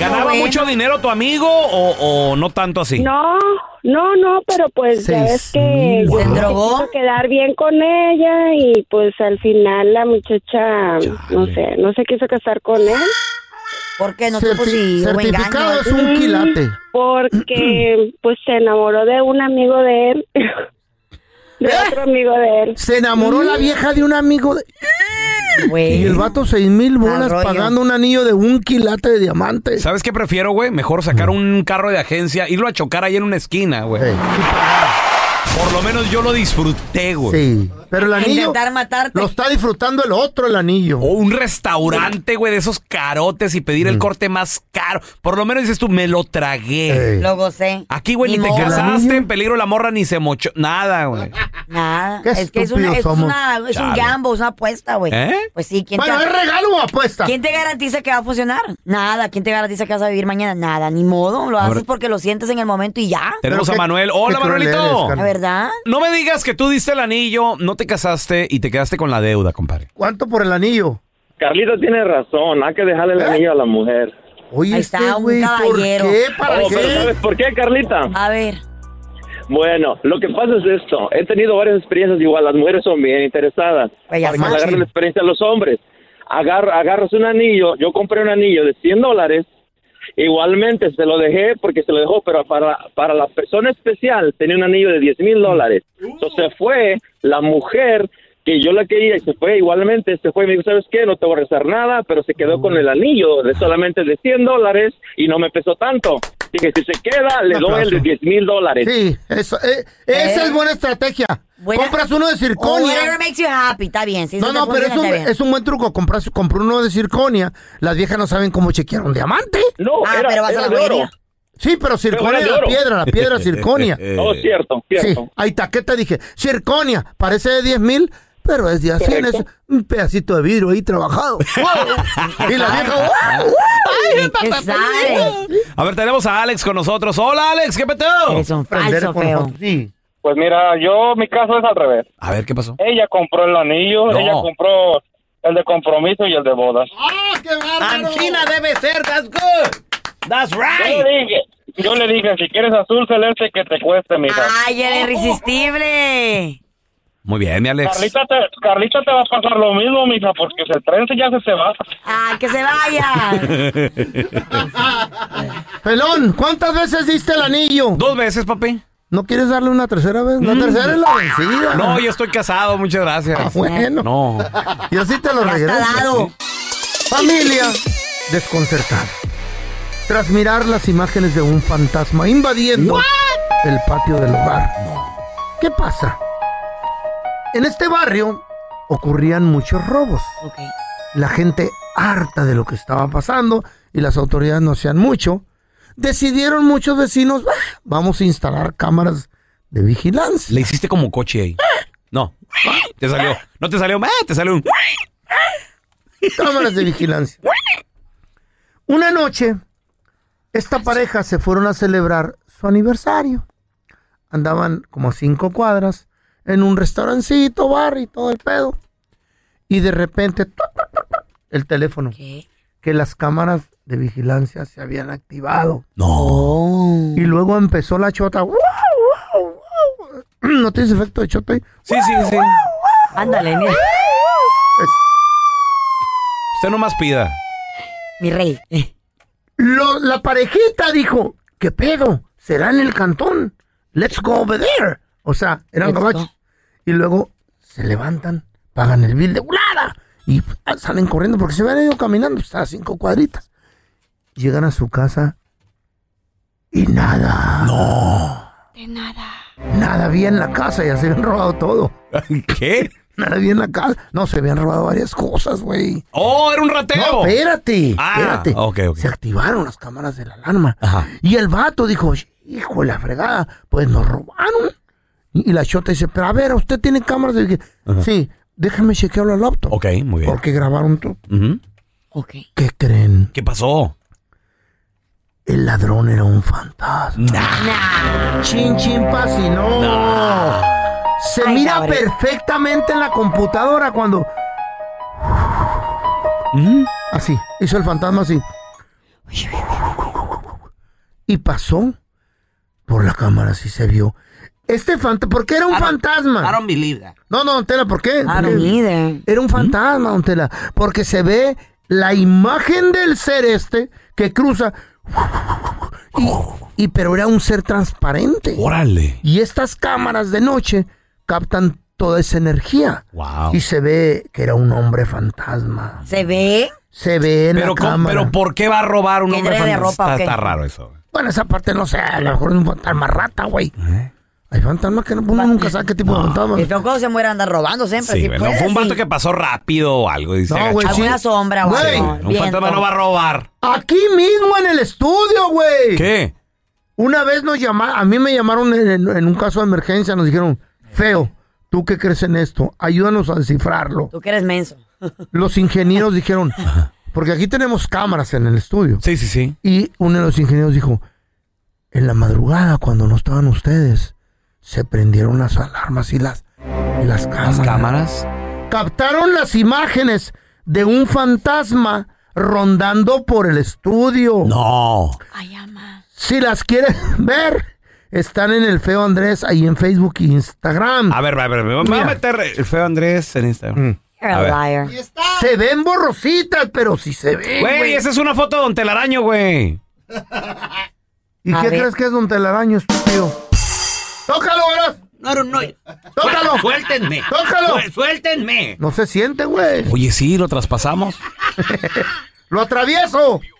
S1: ¿Ganaba mucho dinero tu amigo o, o no tanto así?
S14: No, no, no, pero pues ya
S1: Seis
S14: ves que
S1: mil.
S14: yo
S1: ¿Se
S14: me
S1: drogó?
S14: quiso quedar bien con ella y pues al final la muchacha, no sé, no se quiso casar con él.
S4: ¿Por qué no
S2: Certi-
S4: supo si hubo
S2: certificado
S4: engaño?
S2: es un quilate. (clears throat)
S14: Porque pues se enamoró de un amigo de él. (laughs) De otro amigo de él.
S2: ¿Eh? Se enamoró la vieja de un amigo de... Y el vato seis mil bolas
S1: rollo.
S2: pagando un anillo de un quilate de diamante.
S1: ¿Sabes qué prefiero, güey? Mejor sacar un carro de agencia, irlo a chocar ahí en una esquina, güey. Por lo menos yo lo disfruté, güey.
S2: Sí. Pero el anillo
S4: Intentar matarte.
S2: lo está disfrutando el otro, el anillo.
S1: O un restaurante, güey, de esos carotes y pedir
S2: Mm.
S1: el corte más caro. Por lo menos dices tú, me lo tragué.
S4: Lo gocé.
S1: Aquí, güey, ni,
S4: Ni
S1: te
S4: modo.
S1: casaste, en peligro la morra, ni se mochó. Nada, güey.
S4: Nada.
S2: Qué
S4: es que es, una,
S1: estúpidos
S4: es,
S1: somos.
S4: una- es un
S1: Chale.
S4: gambo, es una apuesta, güey.
S1: ¿Eh?
S4: Pues sí, ¿quién
S2: Bueno,
S4: te
S2: ¿es regalo o apuesta?
S4: ¿Quién te garantiza que va a funcionar? Nada. ¿Quién te garantiza que vas a vivir mañana? Nada, ni modo. Lo
S1: A
S4: haces
S1: ver.
S4: porque lo sientes en el momento y ya.
S1: Tenemos a Manuel. Hola, Manuelito.
S4: La verdad.
S1: No me digas que tú diste el anillo, no te casaste y te quedaste con la deuda, compadre.
S2: ¿Cuánto por el anillo? ¿Eh?
S15: Carlito tiene razón, hay que dejarle el anillo a
S2: (laughs)
S15: la mujer.
S2: Oye,
S4: Ahí está, este un güey, ¿por caballero. qué? ¿Para
S15: Oh,
S4: qué?
S15: pero ¿Sabes por qué, Carlita?
S4: A ver.
S15: Bueno, lo que pasa es esto. He tenido varias experiencias igual. Las mujeres son bien interesadas.
S4: Para
S15: que le agarren la experiencia a los hombres. Agar- agarras un anillo. Yo compré un anillo de 100 dólares. Igualmente se lo dejé porque se lo dejó, pero para, para la persona especial tenía un anillo de 10 mil dólares. Entonces se fue la mujer que yo la quería y se fue igualmente, se fue y me dijo, ¿sabes qué? No te voy a rezar nada, pero se quedó con el anillo de solamente de 100 dólares y no me pesó tanto. Dije, si se queda, le
S2: Un
S15: doy el de
S2: aplauso.
S15: 10 mil dólares.
S2: Sí, eso, eh, esa es buena estrategia. Compras uno de
S4: O Oh, whatever
S2: circonia.
S4: makes you happy, está bien. Si eso
S2: No, no,
S4: te
S2: pero
S4: funciona,
S2: es un,
S4: está bien.
S2: es un buen truco. Compras, compró uno de circonia. Las viejas no saben cómo chequear un diamante.
S15: No,
S4: Ah, era- pero vas a era la de joyería. oro.
S2: Sí, pero circonia
S15: era de
S2: la
S15: oro.
S2: piedra, la piedra
S15: (laughs)
S2: circonia.
S15: Oh, cierto, cierto.
S2: Sí, ahí está, ¿qué te dije? Circonia, parece de 10 mil, pero es de 100, es un pedacito de vidrio ahí
S15: (laughs)
S2: trabajado. ¡Wow! y la vieja,
S4: (laughs)
S2: ¡wow! ¡wow! ¡Ay, papá,
S1: A ver, tenemos a Alex con nosotros. Hola, Alex, ¿qué peteo?
S4: Es un
S2: falso, con feo.
S16: Pues mira, yo mi caso es al revés.
S1: A ver, ¿qué pasó?
S16: Ella compró el anillo,
S1: No.
S16: ella compró el de compromiso y el de bodas.
S1: China debe ser, that's good. That's
S16: Yo le dije, yo le dije, si quieres azul celeste que te cueste, mija.
S4: ¡Ay, el irresistible!
S1: Muy bien, mi Alex.
S16: Carlita te, Carlita te va a pasar lo mismo, mija, porque si el tren se ya se, se va.
S4: ¡Ay, que se vaya!
S2: (laughs)
S1: (laughs)
S2: Pelón, ¿cuántas veces diste el anillo?
S1: Dos veces, papi. Mm.
S2: ¿No quieres darle una tercera vez? La tercera es la vencida. Ah,
S1: No, yo estoy casado, muchas gracias.
S2: bueno.
S1: No.
S2: Yo sí te lo
S1: Ya está
S2: regreso.
S1: dado.
S2: Familia desconcertada. Tras mirar las imágenes de un fantasma invadiendo el patio del hogar. ¿Qué pasa? En este barrio ocurrían muchos robos. La gente harta de lo que estaba pasando y las autoridades no hacían mucho. Decidieron muchos vecinos, "Ah, vamos a instalar cámaras de vigilancia.
S1: Le hiciste como coche ahí. No. Te salió. No te salió. ¡Ah! Te salió un.
S2: Cámaras de vigilancia. Una noche, esta pareja se fueron a celebrar su aniversario. Andaban como a cinco cuadras en un restaurancito, bar y todo el pedo. Y de repente, tuc, tuc, tuc, tuc, el teléfono. Que las cámaras de vigilancia se habían activado. No. Y luego empezó la chota. ¡guau, guau, guau! (clears throat) ¿No tienes efecto de chota ahí?
S1: Sí, sí, sí.
S4: Ándale, mira.
S1: Usted nomás pida.
S4: Mi rey.
S2: Lo- la parejita dijo, ¿qué pedo? ¿Será en el cantón? Let's go over there. O sea, eran
S4: Let's go.
S2: gabachos. Y luego se levantan, pagan el bill de volada y ah, salen corriendo porque se habían ido caminando, pues, a cinco cuadritas. Llegan a su casa y nada. No. De nada. Nada había en la casa, ya se habían robado todo.
S1: ¿Qué?
S2: (laughs) Nada había en la casa. No, se habían robado varias cosas, güey.
S1: ¡Oh, era un rateo!
S2: No, espérate,
S1: Ah,
S2: espérate.
S1: ok, ok.
S2: Se activaron las cámaras de la alarma. Y el vato dijo, hijo de la fregada, pues nos robaron. Y y la chota dice, pero a ver, ¿usted tiene cámaras? de vigilancia?"
S1: Ajá.
S2: Sí, déjame chequear la laptop.
S1: Ok, muy bien.
S2: Porque grabaron todo.
S1: Ujú.
S2: ¿Qué creen?
S1: ¿Qué pasó?
S2: El ladrón era un fantasma. Chin, chin, pasi, no. Se
S4: Ay,
S2: mira
S4: cabrón.
S2: perfectamente en la computadora cuando...
S3: ¿Mm?
S2: Así, hizo el fantasma así. Y pasó por la cámara, así se vio. Este fantasma, ¿por qué era un fantasma?
S3: I don't believe that. ¿Mm?
S2: No, no, don Tela, ¿por qué?
S3: I don't
S2: Porque Era un fantasma, don Tela, porque se ve la imagen del ser este que cruza. Y, y- pero era un ser transparente.
S1: Órale.
S2: Y estas cámaras de noche captan toda esa energía.
S1: Wow.
S2: Y se ve que era un hombre fantasma.
S4: ¿Se ve?
S2: Se ve en
S1: Pero,
S2: la
S1: ¿cómo-
S2: cámara.
S1: pero ¿por qué va a robar un
S2: ¿Que
S1: hombre
S2: trae de
S1: fantasma?
S2: ropa o
S1: está,
S2: qué?
S1: está raro eso.
S2: Bueno, esa parte no sé, a lo mejor es un fantasma rata, güey. Hay fantasmas que no, uno nunca sabe qué tipo de fantasma.
S4: Y feo cuando se muera andar robando siempre.
S1: Sí,
S4: si
S1: bueno,
S4: puede,
S1: fue un vato
S4: Pues sí.
S1: que pasó rápido o algo. Dice,
S2: No, güey,
S4: Alguna sombra,
S2: Güey,
S4: güey.
S1: un fantasma no va a robar.
S2: Aquí mismo en el estudio, güey.
S1: ¿Qué?
S2: Una vez nos llamaron, a mí me llamaron en, en- en un caso de emergencia, nos dijeron, feo, tú que crees en esto, ayúdanos a descifrarlo.
S4: Tú que eres menso.
S2: Los ingenieros dijeron, porque aquí tenemos cámaras en el estudio.
S1: Sí, sí, sí.
S2: Y uno de los ingenieros dijo, en la madrugada cuando no estaban ustedes, se prendieron las alarmas y las, y las cámaras.
S1: cámaras?
S2: Captaron las imágenes de un fantasma rondando por el estudio.
S1: No.
S2: Si las quieres (laughs) ver, están en el Feo Andrés, ahí en Facebook e Instagram.
S1: A ver, a ver, a ver, me voy a
S2: Mira. Mm.
S1: meter el feo Andrés en Instagram. A ver.
S2: Se ven borrositas, pero sí se ven.
S1: Güey, esa es una foto de Don Telaraño, güey.
S2: ¿Y
S1: A
S2: qué
S1: ver.
S2: crees que es Don Telaraño, estúpido? ¡Tócalo, verás!
S3: No, no, no.
S2: ¡Tócalo!
S3: ¡Suéltenme!
S2: ¡Tócalo!
S3: Suel- ¡Suéltenme!
S2: No se siente, güey.
S1: Oye, sí, lo traspasamos.
S2: (laughs) ¡Lo atravieso!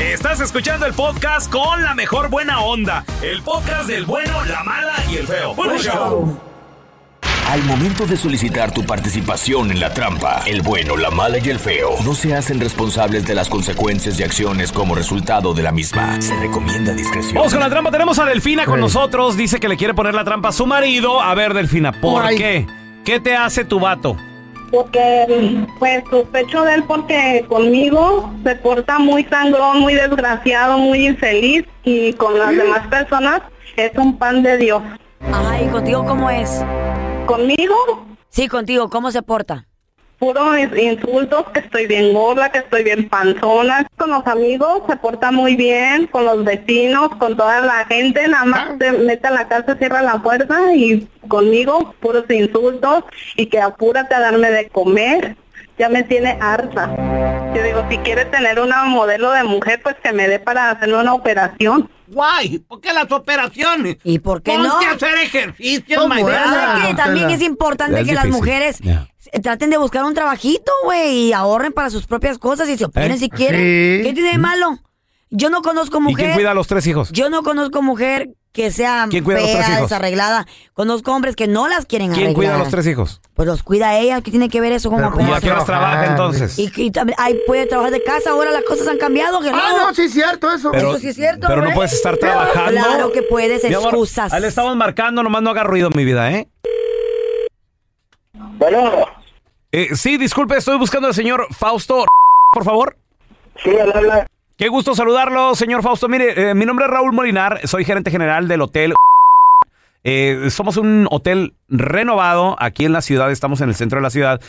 S1: Estás escuchando el podcast con la mejor buena onda. El podcast del bueno, la mala y el feo.
S10: Al momento de solicitar tu participación en la trampa, el bueno, la mala y el feo no se hacen responsables de las consecuencias y acciones como resultado de la misma. Se recomienda discreción.
S1: Vamos con la trampa. Tenemos a Delfina con
S10: Sí.
S1: nosotros. Dice que le quiere poner la trampa a su marido. A ver, Delfina, ¿por
S17: Ay.
S1: qué? ¿Qué te hace tu vato?
S17: Porque, pues, sospecho de él porque conmigo se porta muy sangrón, muy desgraciado, muy infeliz y con las demás personas es un pan de Dios.
S4: Ay, ¿contigo cómo es?
S17: ¿Conmigo?
S4: Sí, contigo, ¿cómo se porta?
S17: Puros in- insultos, que estoy bien gorda, que estoy bien panzona. Con los amigos se porta muy bien, con los vecinos, con toda la gente, nada
S3: Ah.
S17: más se mete a la casa, cierra la puerta y conmigo puros insultos y que apúrate a darme de comer. Ya me tiene harta. Yo digo, si quiere tener una modelo de mujer, pues que me dé para hacerle una operación.
S3: Guay, ¿por qué las operaciones?
S4: ¿Y por
S17: qué
S3: Ponte
S17: no?
S3: a hacer ejercicio,
S4: Pero
S3: my
S4: ¿sabes
S3: God.
S4: qué? también es importante
S1: Es
S4: que las
S1: difícil.
S4: mujeres
S1: Ya.
S4: se- traten de buscar un trabajito, güey, y ahorren para sus propias cosas y se operen
S1: ¿Eh?
S4: si quieren.
S1: Sí.
S4: ¿Qué tiene de malo? Yo no conozco
S1: ¿Y quién
S4: mujer.
S1: cuida a los tres hijos?
S4: Yo no conozco mujer que sea
S1: ¿Quién cuida a los tres
S4: fea,
S1: hijos?
S4: desarreglada. Conozco hombres que no las quieren
S1: ¿Quién
S4: arreglar.
S1: cuida a los tres hijos?
S4: Pues los cuida ella. ¿Qué tiene que ver eso con
S1: Pero ¿cómo ¿Y a qué horas trabaja, trabaja entonces?
S4: Y, y también, ay, puede trabajar de casa. Ahora las cosas han cambiado, que
S2: Ah, no, sí es cierto eso.
S1: Pero-
S4: eso sí es cierto.
S1: Pero no
S4: güey.
S1: puedes estar trabajando.
S4: Claro que puedes,
S1: Mi amor,
S4: excusas.
S1: ahí le estamos marcando, nomás no haga ruido, mi vida, ¿eh?
S8: Bueno.
S1: Eh, sí, disculpe, estoy buscando al señor Fausto, por favor.
S8: Sí, él habla.
S1: Qué gusto saludarlo, señor Fausto. Mire, eh, mi nombre es Raúl Molinar, soy gerente general del hotel. Eh, somos un hotel renovado aquí en la ciudad, estamos en el centro de la ciudad.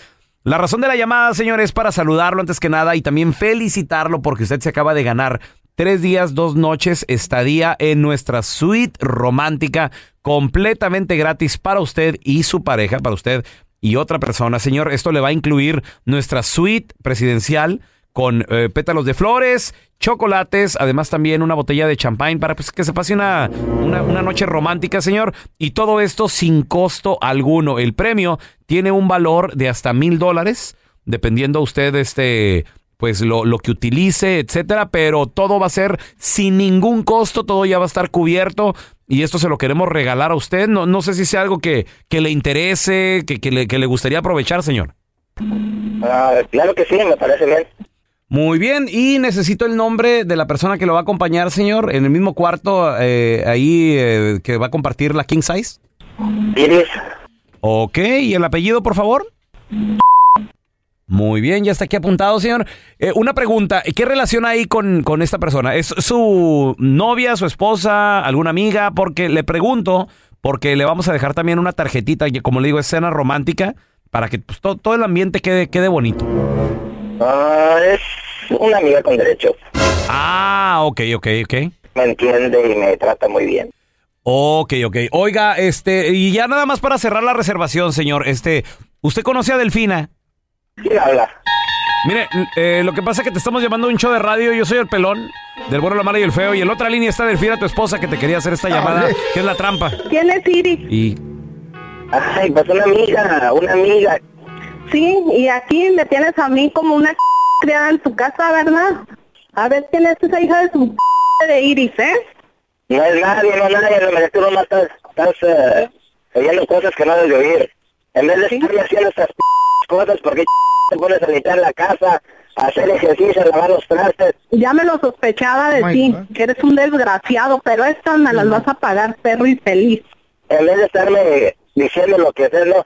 S1: La razón de la llamada, señor, es para saludarlo antes que nada y también felicitarlo porque usted se acaba de ganar tres días, dos noches, estadía en nuestra suite romántica completamente gratis para usted y su pareja, para usted y otra persona. Señor, esto le va a incluir nuestra suite presidencial con eh, pétalos de flores, chocolates, además también una botella de champán para pues, que se pase una, una, una noche romántica, señor. Y todo esto sin costo alguno. El premio tiene un valor de hasta mil dólares, dependiendo usted este, pues lo, lo que utilice, etcétera, pero todo va a ser sin ningún costo, todo ya va a estar cubierto y esto se lo queremos regalar a usted. No, no sé si sea algo que, que le interese, que, que le, que le gustaría aprovechar, señor.
S8: Ah, claro que sí, me parece bien.
S1: Muy bien, y necesito el nombre de la persona que lo va a acompañar, señor, en el mismo cuarto eh, ahí eh, que va a compartir la King Size.
S8: Iris.
S1: Ok, ¿y el apellido, por favor? Muy bien, ya está aquí apuntado, señor. Eh, una pregunta, ¿qué relación hay con, con esta persona? ¿Es su novia, su esposa, alguna amiga? Porque le pregunto, porque le vamos a dejar también una tarjetita, que como le digo, es cena romántica, para que pues, to- todo el ambiente quede, quede bonito.
S8: Ah, es una amiga con derecho.
S1: Ah, ok, ok, ok.
S8: Me entiende y me trata muy bien.
S1: Ok, ok. Oiga, este, y ya nada más para cerrar la reservación, señor, este, ¿usted conoce a Delfina?
S8: ¿Quién habla?
S1: Mire, eh, lo que pasa es que te estamos llamando a un show de radio, yo soy el pelón, del bueno, la mala y el feo, y en la otra línea está Delfina, tu esposa, que te quería hacer esta llamada, que es la trampa.
S17: ¿Quién es Iri?
S1: Y
S8: Ay, pues una amiga, una amiga.
S17: Sí, y aquí me tienes a mí como una (laughs) criada en tu casa, ¿verdad? A ver quién es esa hija de su (laughs) de Iris, ¿eh?
S8: No es nadie, no es nadie, no me tú nomás estás, estás eh, oyendo cosas que no debes de oír. En vez de estar haciendo esas p- cosas, porque te pones a limpiar la casa, a hacer ejercicio, a lavar los trastes?
S17: Ya me lo sospechaba de
S8: Oh My
S17: ti,
S8: God.
S17: que eres un desgraciado, pero estas me las vas a pagar, perro infeliz.
S8: en vez de estarme diciendo lo que hacer, no,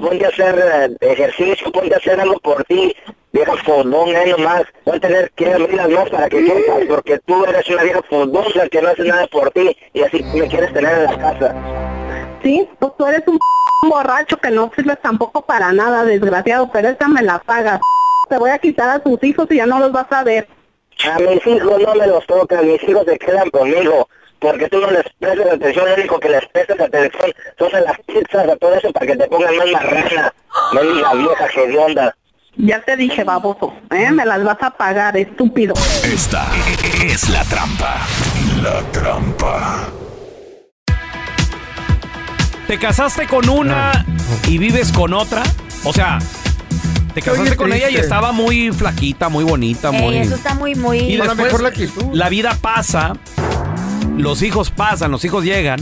S8: ponte a hacer eh, ejercicio, ponte a hacer algo por ti, vieja fondón, ahí nomás, no tener que abrirlas más para que quieras, porque tú eres una vieja fondonza que no hace nada por ti y así me quieres tener en la casa.
S17: Sí, pues tú eres un (laughs) borracho que no sirves tampoco para nada, desgraciado, pero esta me la pagas. Te voy a quitar a tus hijos y ya no los vas a ver.
S8: A mis hijos no me los tocan, mis hijos se quedan conmigo, porque tú no les prestas atención, lo único que les prestas atención son a las pizzas, a todo eso, para que te pongan más marrana, no diga vieja hedionda.
S17: Ya te dije, baboso, ¿eh? Me las vas a pagar, estúpido.
S10: Esta es la trampa. La trampa.
S1: ¿Te casaste con una y vives con otra? O sea, te casaste con ella y
S4: triste.
S1: estaba muy flaquita, muy bonita, muy...
S4: Ey, Eh, eso está muy, muy...
S1: Y después, la, vida pasa, los hijos pasan, los hijos llegan.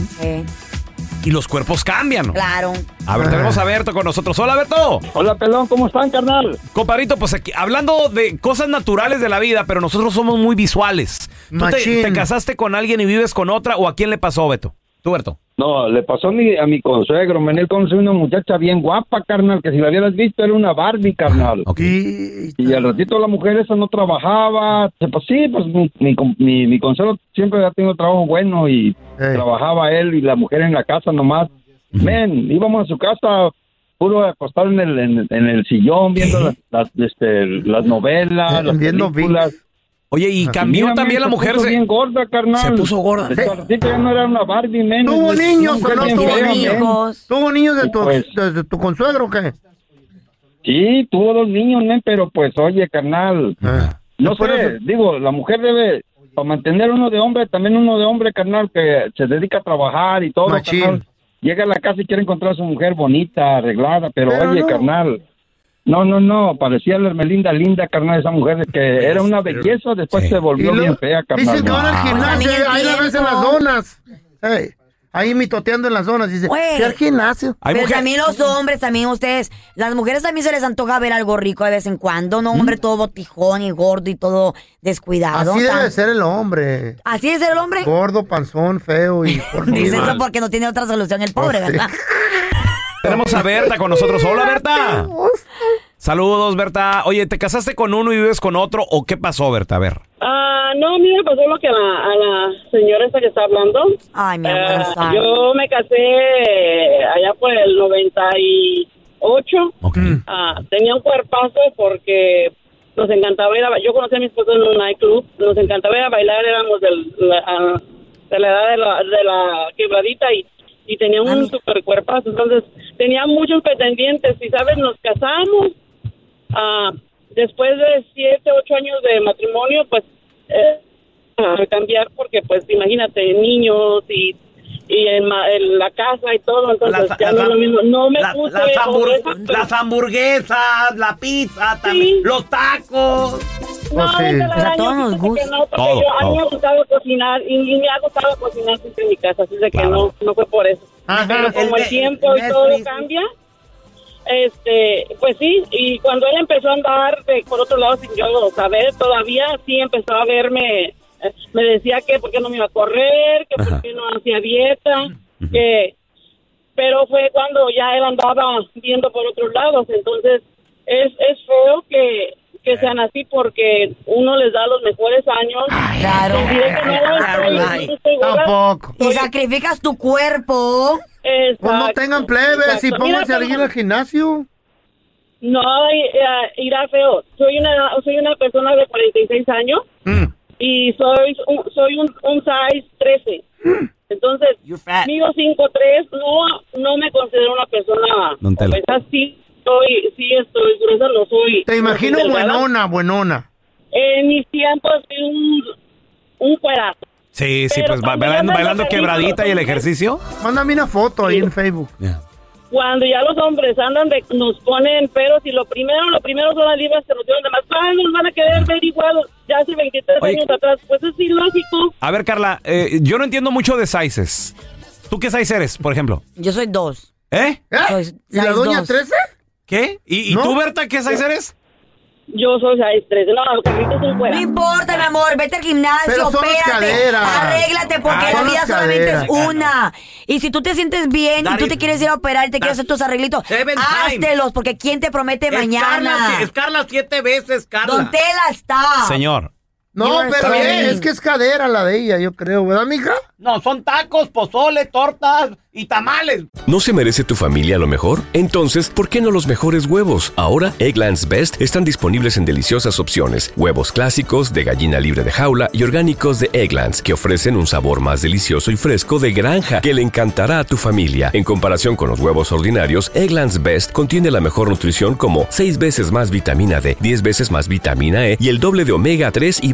S1: y los cuerpos cambian. ¿no?
S4: Eh, Claro.
S1: A ver, tenemos a Berto con nosotros. Hola, Berto.
S18: Hola, pelón, ¿cómo están, carnal?
S1: Comparito, pues aquí, hablando de cosas naturales de la vida, pero nosotros somos muy visuales. ¿Tú te,
S18: Machín.
S1: te casaste con alguien y vives con otra o a quién le pasó, Beto? Tú, Berto.
S18: No, le pasó a mi, a mi consuegro. Menel conoció una muchacha bien guapa, carnal, que si la hubieras visto era una Barbie, carnal. Y, y al ratito la mujer esa no trabajaba. Se- Pues sí, pues mi, mi, com- mi, mi consuegro siempre ha tenido trabajo bueno y trabajaba él y la mujer en la casa nomás. Men, íbamos a su casa puro acostado en el, en, el- en el sillón viendo las, las, este, las novelas, las películas.
S1: Oye, y cambió también la mujer,
S18: Se
S1: se-
S18: puso bien gorda, carnal.
S1: se puso gorda.
S18: Al ratito ya no era una Barbie, men.
S2: ¿Tuvo
S18: Es- es
S2: niños
S18: una
S2: o no
S18: mujer
S2: tuvo
S18: bien fea, men.
S2: niños? ¿Tuvo niños de
S18: Y
S2: tu,
S18: pues-
S2: de- de tu consuegro o qué?
S18: Sí, tuvo dos niños, men, pero pues, oye, carnal. No
S2: Ah. Pues Por
S18: sé,
S2: eso-
S18: digo, la mujer debe, para mantener uno de hombre, también uno de hombre, carnal, que se dedica a trabajar y todo, carnal. Llega a la casa y quiere encontrar a su mujer bonita, arreglada, pero,
S2: Pero
S18: oye,
S2: no.
S18: carnal. No, no, no, parecía la Hermelinda linda, carnal, esa mujer, que era una belleza, después se volvió
S2: Pues, Y luego
S18: bien fea, carnal.
S2: Dicen que van al
S18: No.
S2: gimnasio,
S4: también
S2: ahí la ves en
S4: entiendo.
S2: las zonas. Ey, ahí mitoteando en las zonas. Dice,
S4: Güey.
S2: fui al gimnasio.
S4: Pero también los hombres, también ustedes, las mujeres también se les antoja ver algo rico de vez en cuando, no
S1: ¿Mm?
S4: hombre todo botijón y gordo y todo descuidado.
S2: Así debe
S4: Tan-
S2: ser el hombre.
S4: Así es el hombre.
S2: Gordo, panzón, feo y...
S4: Dice eso porque no tiene otra solución el
S2: Pues
S4: pobre, ¿verdad?
S1: Tenemos a Berta con nosotros. Hola, Berta. Saludos, Berta. Oye, ¿te casaste con uno y vives con otro o qué pasó, Berta? A ver.
S19: Ah, no, a mí me pasó lo que a la, a la señora esta que está hablando.
S4: Ay, mi
S19: amor,
S4: está.
S19: Yo me casé eh, allá por el 98. Ah, tenía un cuerpazo porque nos encantaba ir a ba- Yo conocí a mi esposo en un nightclub. Nos encantaba ir a bailar, éramos del- la- a- de la edad de la, de la quebradita y, y tenía un super cuerpazo. Entonces, tenía muchos pretendientes y, ¿sabes? Nos casamos. Ah, después de siete, ocho años de matrimonio, pues eh, a cambiar porque, pues, imagínate, niños y, y el ma- el- la casa y todo, entonces
S3: Las-
S19: ya
S3: las
S19: no es lo
S3: ham-
S19: mismo. No me
S3: la-
S19: puse
S3: las, hambur-
S19: obesa, pero-
S3: las hamburguesas, la pizza, también, los tacos.
S19: No, vete a la araña, fíjate que no, porque
S3: Todo,
S19: yo, a mí
S3: todo.
S19: me gustaba cocinar y, y me ha gustado cocinar siempre en mi casa, así de que no, no fue por eso. Pero como el,
S20: El-
S19: tiempo y
S20: el
S19: todo
S20: Netflix.
S19: cambia, este, pues sí, y cuando él empezó a andar de- por otro lado sin yo saber todavía, sí empezó a verme, eh, me decía que por qué no me iba a correr, que por qué no hacía dieta, que pero fue cuando ya él andaba viendo por otros lados. Entonces, es, es feo que, que sean así porque uno les da los mejores años. Claro.
S2: Tampoco.
S4: Y sacrificas tu cuerpo.
S2: Pues no tengan plebes y pónganse a ir al gimnasio.
S19: No, y- eh, irá feo. Soy una, soy una persona de 46 años
S2: Mm.
S19: y soy, un- soy un, un size 13.
S2: Mm.
S19: Entonces, mido 5'3", no, no me considero una persona
S2: Don Tela.
S19: obesa. Sí, soy, sí estoy gruesa, no soy...
S2: Te imagino
S19: no soy delgada.
S2: buenona, buenona.
S19: En mis tiempos fui un, un cuerazo.
S1: Sí, sí,
S19: Pero
S1: pues ba-
S19: cuando
S1: bailando,
S19: andas
S1: bailando
S19: enfermito,
S1: quebradita y el ejercicio.
S2: Mándame una foto ahí en Facebook.
S19: Cuando ya los hombres andan de, nos ponen peros y lo primero, lo primero son las libras que nos dieron de más. Ay, nos van a querer ver igual ya hace 23 años atrás. Pues es ilógico.
S1: A ver, Carla, eh, yo no entiendo mucho de sizes. ¿Tú qué size eres, por ejemplo?
S4: Yo soy dos.
S1: ¿Eh?
S4: Soy
S1: ¿Y la
S4: size
S1: doña
S4: dos.
S1: 13? ¿Qué? ¿Y, y tú, Berta, qué size eres?
S19: Yo soy size 3. No, Carlita es un cuerazo.
S4: No importa, mi amor, vete al gimnasio,
S19: Pero son las
S4: opérate,
S19: caderas.
S4: arréglate, porque
S19: Ah,
S4: la
S19: son
S4: vida
S19: las
S4: solamente
S19: caderas.
S4: es una. Y si tú te sientes bien y tú te quieres ir a operar y te quieres hacer tus arreglitos, háztelos, porque ¿quién te promete mañana?
S3: Carla, es Carla siete veces, Carla.
S4: Don Tela está.
S1: Señor.
S2: No,
S3: You are
S2: pero
S3: stunning.
S2: eh, es que es cadera la de ella, yo creo, ¿verdad, mija?
S3: No, son tacos, pozole, tortas y tamales.
S21: ¿No se merece tu familia lo mejor? Entonces, ¿por qué no los mejores huevos? Ahora, Egglands Best están disponibles en deliciosas opciones. Huevos clásicos, de gallina libre de jaula y orgánicos de Egglands, que ofrecen un sabor más delicioso y fresco de granja que le encantará a tu familia. En comparación con los huevos ordinarios, Egglands Best contiene la mejor nutrición como 6 veces más vitamina D, 10 veces más vitamina E y el doble de omega 3 y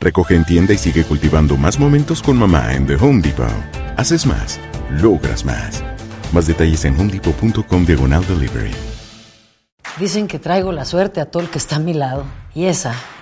S12: Recoge en tienda y sigue cultivando más momentos con mamá en The Home Depot. Haces más, logras más. Más detalles en homedepot.com diagonal delivery.
S22: Dicen que traigo la suerte a todo el que está a mi lado. Y esa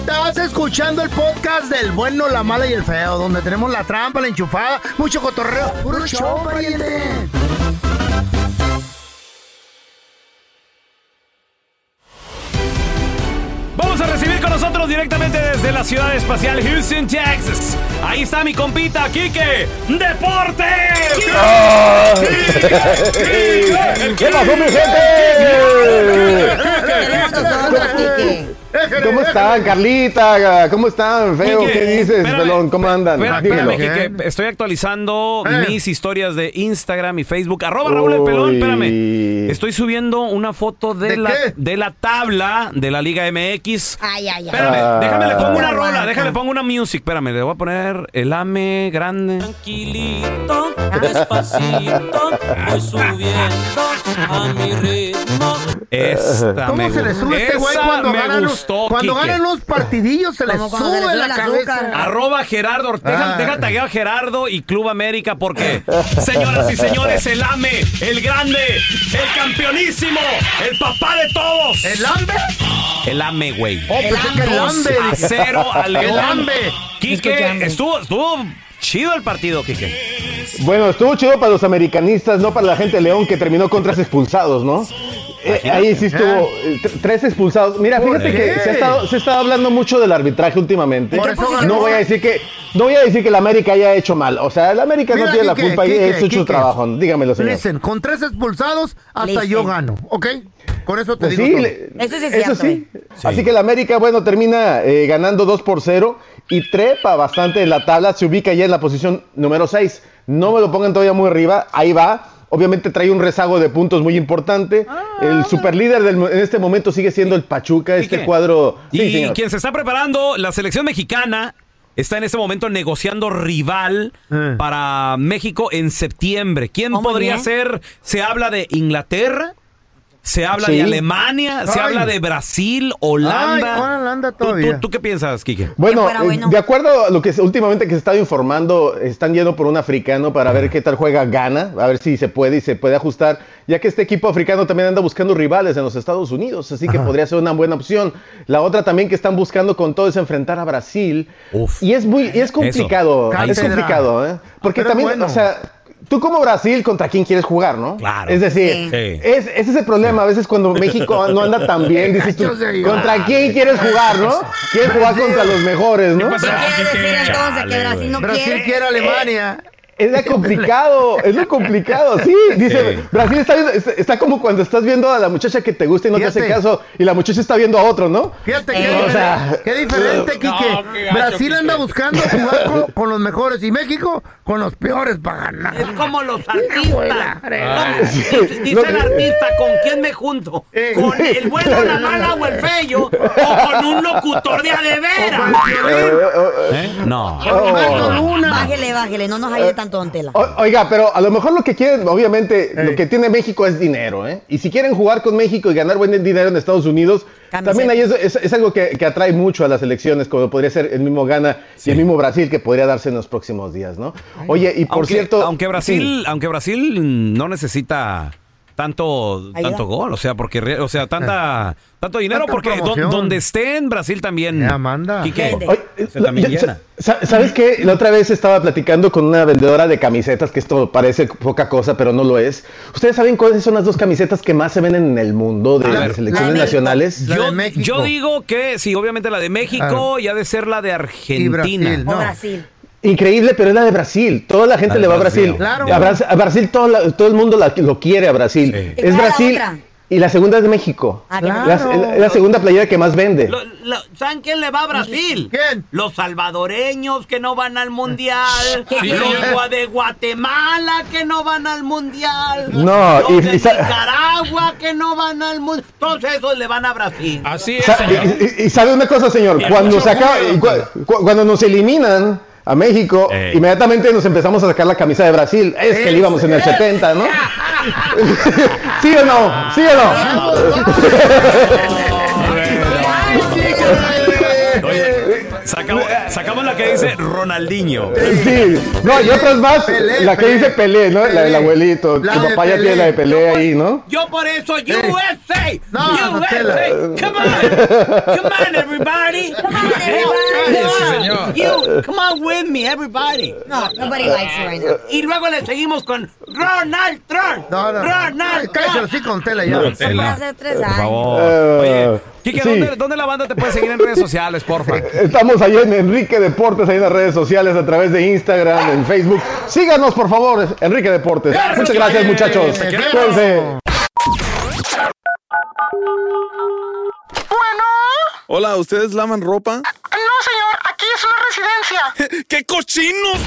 S2: Estás escuchando el podcast del bueno, la mala y el feo, donde tenemos la trampa, la enchufada, mucho cotorreo. ¡Puro show, pariente!
S1: Vamos a recibir con nosotros directamente desde la ciudad espacial Houston, Texas. Ahí está mi compita, Quique. ¡Deporte!
S23: (laughs) ¿Qué pasó, mi gente? ¿Cómo están, Carlita? ¿Cómo están, Feo?
S1: Quique,
S23: ¿Qué dices,
S1: espérame,
S23: Pelón? ¿Cómo andan?
S1: Espera,
S23: Dímelo.
S1: espérame, Quique, estoy actualizando mis historias de Instagram y Facebook. Arroba Raúl el Pelón,
S23: Uy.
S1: espérame. Estoy subiendo una foto de,
S23: ¿De
S1: la,
S23: qué?
S1: de la tabla de la Liga MX.
S4: Ay, ay, ay.
S1: Espérame, déjame le pongo una
S4: Aguanta.
S1: rola, déjame le pongo una music. Espérame, le voy a poner el AME grande. Tranquilito,
S20: despacito,
S1: voy subiendo a mi ritmo. Esta
S2: ¿Cómo
S1: me
S2: se le
S1: gustó.
S2: sube a este güey
S1: Esa
S2: cuando
S1: me
S2: ganan los,
S1: gustó,
S2: cuando
S1: Quique.
S2: ganan los partidillos? Se le
S4: Como cuando se
S2: sube,
S4: le
S2: la
S4: sube el
S2: cabeza.
S4: azúcar.
S1: Arroba Gerardo Ortega.
S2: Ah.
S1: Deja taguear a Gerardo y Club América porque, señoras y señores, el AME, el grande, el campeonísimo, el papá de todos. ¿El AME? El AME, güey.
S2: Oh, pensé que el
S1: Dos
S2: hambre.
S1: a cero al León.
S2: El hambre.
S23: Escucha,
S1: Quique,
S23: hambre.
S1: estuvo, estuvo chido el partido, Quique.
S23: Bueno, estuvo chido para los americanistas, no para la gente de León que terminó con tres expulsados, ¿no? Eh, ahí sí estuvo eh, tre- tres expulsados. Mira, fíjate
S2: qué?
S23: que se ha, estado, se ha estado hablando mucho del arbitraje últimamente.
S2: Por eso
S23: No
S2: ganó.
S23: voy a decir que no voy a decir que la América haya hecho mal. O sea, la América no
S2: Mira,
S23: tiene la
S2: Quique,
S23: culpa y
S2: Quique,
S23: ha hecho su
S2: Quique.
S23: trabajo. Dígamelo, señor.
S2: Listen, con tres expulsados hasta yo gano, ¿ok? Con eso te
S23: Pues
S2: digo
S23: sí,
S2: todo.
S23: le-
S4: eh.
S23: sí. Así que la América, bueno, termina eh, ganando 2 por 0 y trepa bastante en la tabla. Se ubica ya en la posición número 6. No me lo pongan todavía muy arriba. Ahí va. Obviamente trae un rezago de puntos muy importante. el superlíder del mo- en este momento sigue siendo el Pachuca, este cuadro. Sí,
S1: Y
S23: señor.
S1: quien se está preparando, la selección mexicana está en este momento negociando rival
S23: Eh.
S1: para México en septiembre. ¿Quién podría
S23: bien.
S1: ser? Se habla de Inglaterra, se habla
S23: Sí.
S1: de Alemania, se
S23: Ay.
S1: habla de Brasil,
S2: Ay,
S1: Holanda.
S2: Juan Holanda
S1: ¿Tú, tú-
S2: todavía.
S1: tú qué piensas, Quique?
S23: Bueno, eh, de acuerdo a lo que se- últimamente que se está informando, están yendo por un africano para ver qué tal juega Ghana, a ver si se puede y se puede ajustar, ya que este equipo africano también anda buscando rivales en los Estados Unidos, así que podría ser una buena opción. La otra también que están buscando con todo es enfrentar a Brasil. Y es muy y es complicado, es
S2: Cátedra. Ah,
S23: complicado, ¿eh? Porque
S2: Pero
S23: también,
S2: bueno.
S23: o sea, tú como Brasil contra quién quieres jugar, ¿no? Claro. Es decir,
S2: Sí.
S23: es, ese es el problema, a veces cuando México no anda tan bien, dices tú,
S2: Yo Pues sé, yo.
S23: ¿contra quién quieres jugar, no? ¿Quieres jugar contra los mejores, no?
S4: Entonces, que Brasil no eh,
S2: Brasil
S4: quiere.
S2: quiere a Alemania.
S23: Eh, Es lo complicado, es lo complicado, sí. Dice, Brasil está, viendo- está- está como cuando estás viendo a la muchacha que te gusta y no te hace
S2: Fíjate.
S23: caso, y la muchacha está viendo a otro, ¿no?
S2: Fíjate qué,
S23: Eh, O
S2: diferente,
S23: sea,
S2: qué diferente, Quique.
S23: No, qué gacho,
S2: Brasil
S23: Quique.
S2: anda buscando jugar con, con los mejores y México con los peores para ganar.
S3: Es como los artistas.
S1: Ah,
S23: (laughs)
S2: fregada.
S3: No,
S2: Sí.
S3: dice- Dice
S2: Lo
S3: el
S2: que-
S3: artista, ¿con quién me junto?
S23: Eh.
S3: ¿Con el bueno, la mala o el feo? ¿O con un locutor de
S23: Eh,
S3: ¿Eh? adevera?
S1: No.
S24: Oh.
S4: Bájele, bájele, no nos ayude
S24: Eh.
S4: tanto, don Tela.
S23: O- Oiga, pero a lo mejor lo que quieren, obviamente, lo que tiene México es dinero, ¿eh? Y si quieren jugar con México y ganar buen dinero en Estados Unidos, también ahí es, es- es algo que, que atrae mucho a las elecciones, como podría ser el mismo Ghana y el mismo Brasil que podría darse en los próximos días, ¿no? Oye, y por
S1: aunque,
S23: cierto.
S1: aunque Brasil, aunque Brasil no necesita tanto
S23: Ayuda.
S1: tanto gol, o sea, porque re- o sea, (laughs) tanta tanto dinero
S23: Tanta
S1: porque do-
S23: promoción.
S1: donde esté en Brasil también Amanda.
S23: Oye,
S1: se también
S23: yo-
S1: llena.
S23: sa- sa- ¿Sabes qué? La otra vez estaba platicando con una vendedora de camisetas, que esto parece poca cosa, pero no lo es. ¿Ustedes saben cuáles son las dos camisetas que más se venden en el mundo de
S1: A
S23: las
S1: ver,
S23: selecciones
S1: la de-
S23: nacionales?
S1: Yo, yo digo que sí, obviamente la de México
S23: Claro.
S1: y ha de ser la de Argentina.
S23: Brasil, no. O Brasil. Increíble, pero es la de Brasil. Toda la
S1: La
S23: gente
S1: de
S23: le va a
S1: Brasil.
S23: Brasil.
S1: Claro.
S23: A Bras- a Brasil, todo, la- todo el mundo la- lo quiere a Brasil.
S1: ¿Y
S23: Es
S1: cuál es la
S23: Brasil.
S1: otra?
S23: Y la segunda es México.
S8: Ah,
S23: La-
S8: claro.
S23: es la, segunda playera que más vende.
S8: Lo- lo- ¿Saben quién le va a Brasil? ¿Quién? Los salvadoreños que no van
S1: (laughs)
S8: al mundial.
S23: ¿Qué?
S8: Los gua- de Guatemala que no van al mundial.
S23: No,
S8: los
S23: y-
S8: de
S23: y sa-
S8: Nicaragua que no van al mundial. Todos esos le van a Brasil. Así
S23: Sa- y, y- y sabe una cosa, señor,
S8: El
S23: cuando,
S8: ocho
S23: se acaba-
S8: de
S23: cu- cu- cuando nos eliminan a México, inmediatamente nos empezamos a sacar la camisa de Brasil. Es que le íbamos en el 70, ¿no? (laughs) ¿Sí o no? ¿Sí o Oh. no?
S25: Sacamos, sacamos la que dice Ronaldinho.
S23: Sí, no, y otras más,
S25: Pelé,
S23: la que
S25: Pelé,
S23: dice Pelé, ¿no? La del
S25: Pelé.
S23: abuelito,
S25: La
S23: tu
S25: de
S23: papá ya
S25: Pelé.
S23: tiene la de Pelé ahí, ¿no?
S8: Yo por eso, USA, USA, come on, come on everybody, come on everybody, you, come on with me everybody.
S4: No, nobody likes you right now.
S8: Y luego le seguimos con Ronald Trump, Ronald Trump.
S2: Sí, con tela
S25: No,
S2: ya.
S25: tela. Fue hace
S8: tres
S25: Por favor.
S23: Eh,
S25: Oye, Kike,
S23: sí.
S25: ¿dónde, dónde la banda te puede seguir en redes sociales, porfa?
S23: (laughs) Estamos ahí en Enrique Deportes, ahí en las redes sociales, a través de Instagram, en Facebook. Síganos, por favor, Enrique Deportes. Muchas gracias, muchachos.
S8: Te queremos.
S23: Cuídense.
S26: Bueno,
S3: Hola, ¿ustedes lavan ropa?
S26: no señor, aquí es una residencia.
S3: (laughs) ¡Qué cochinos!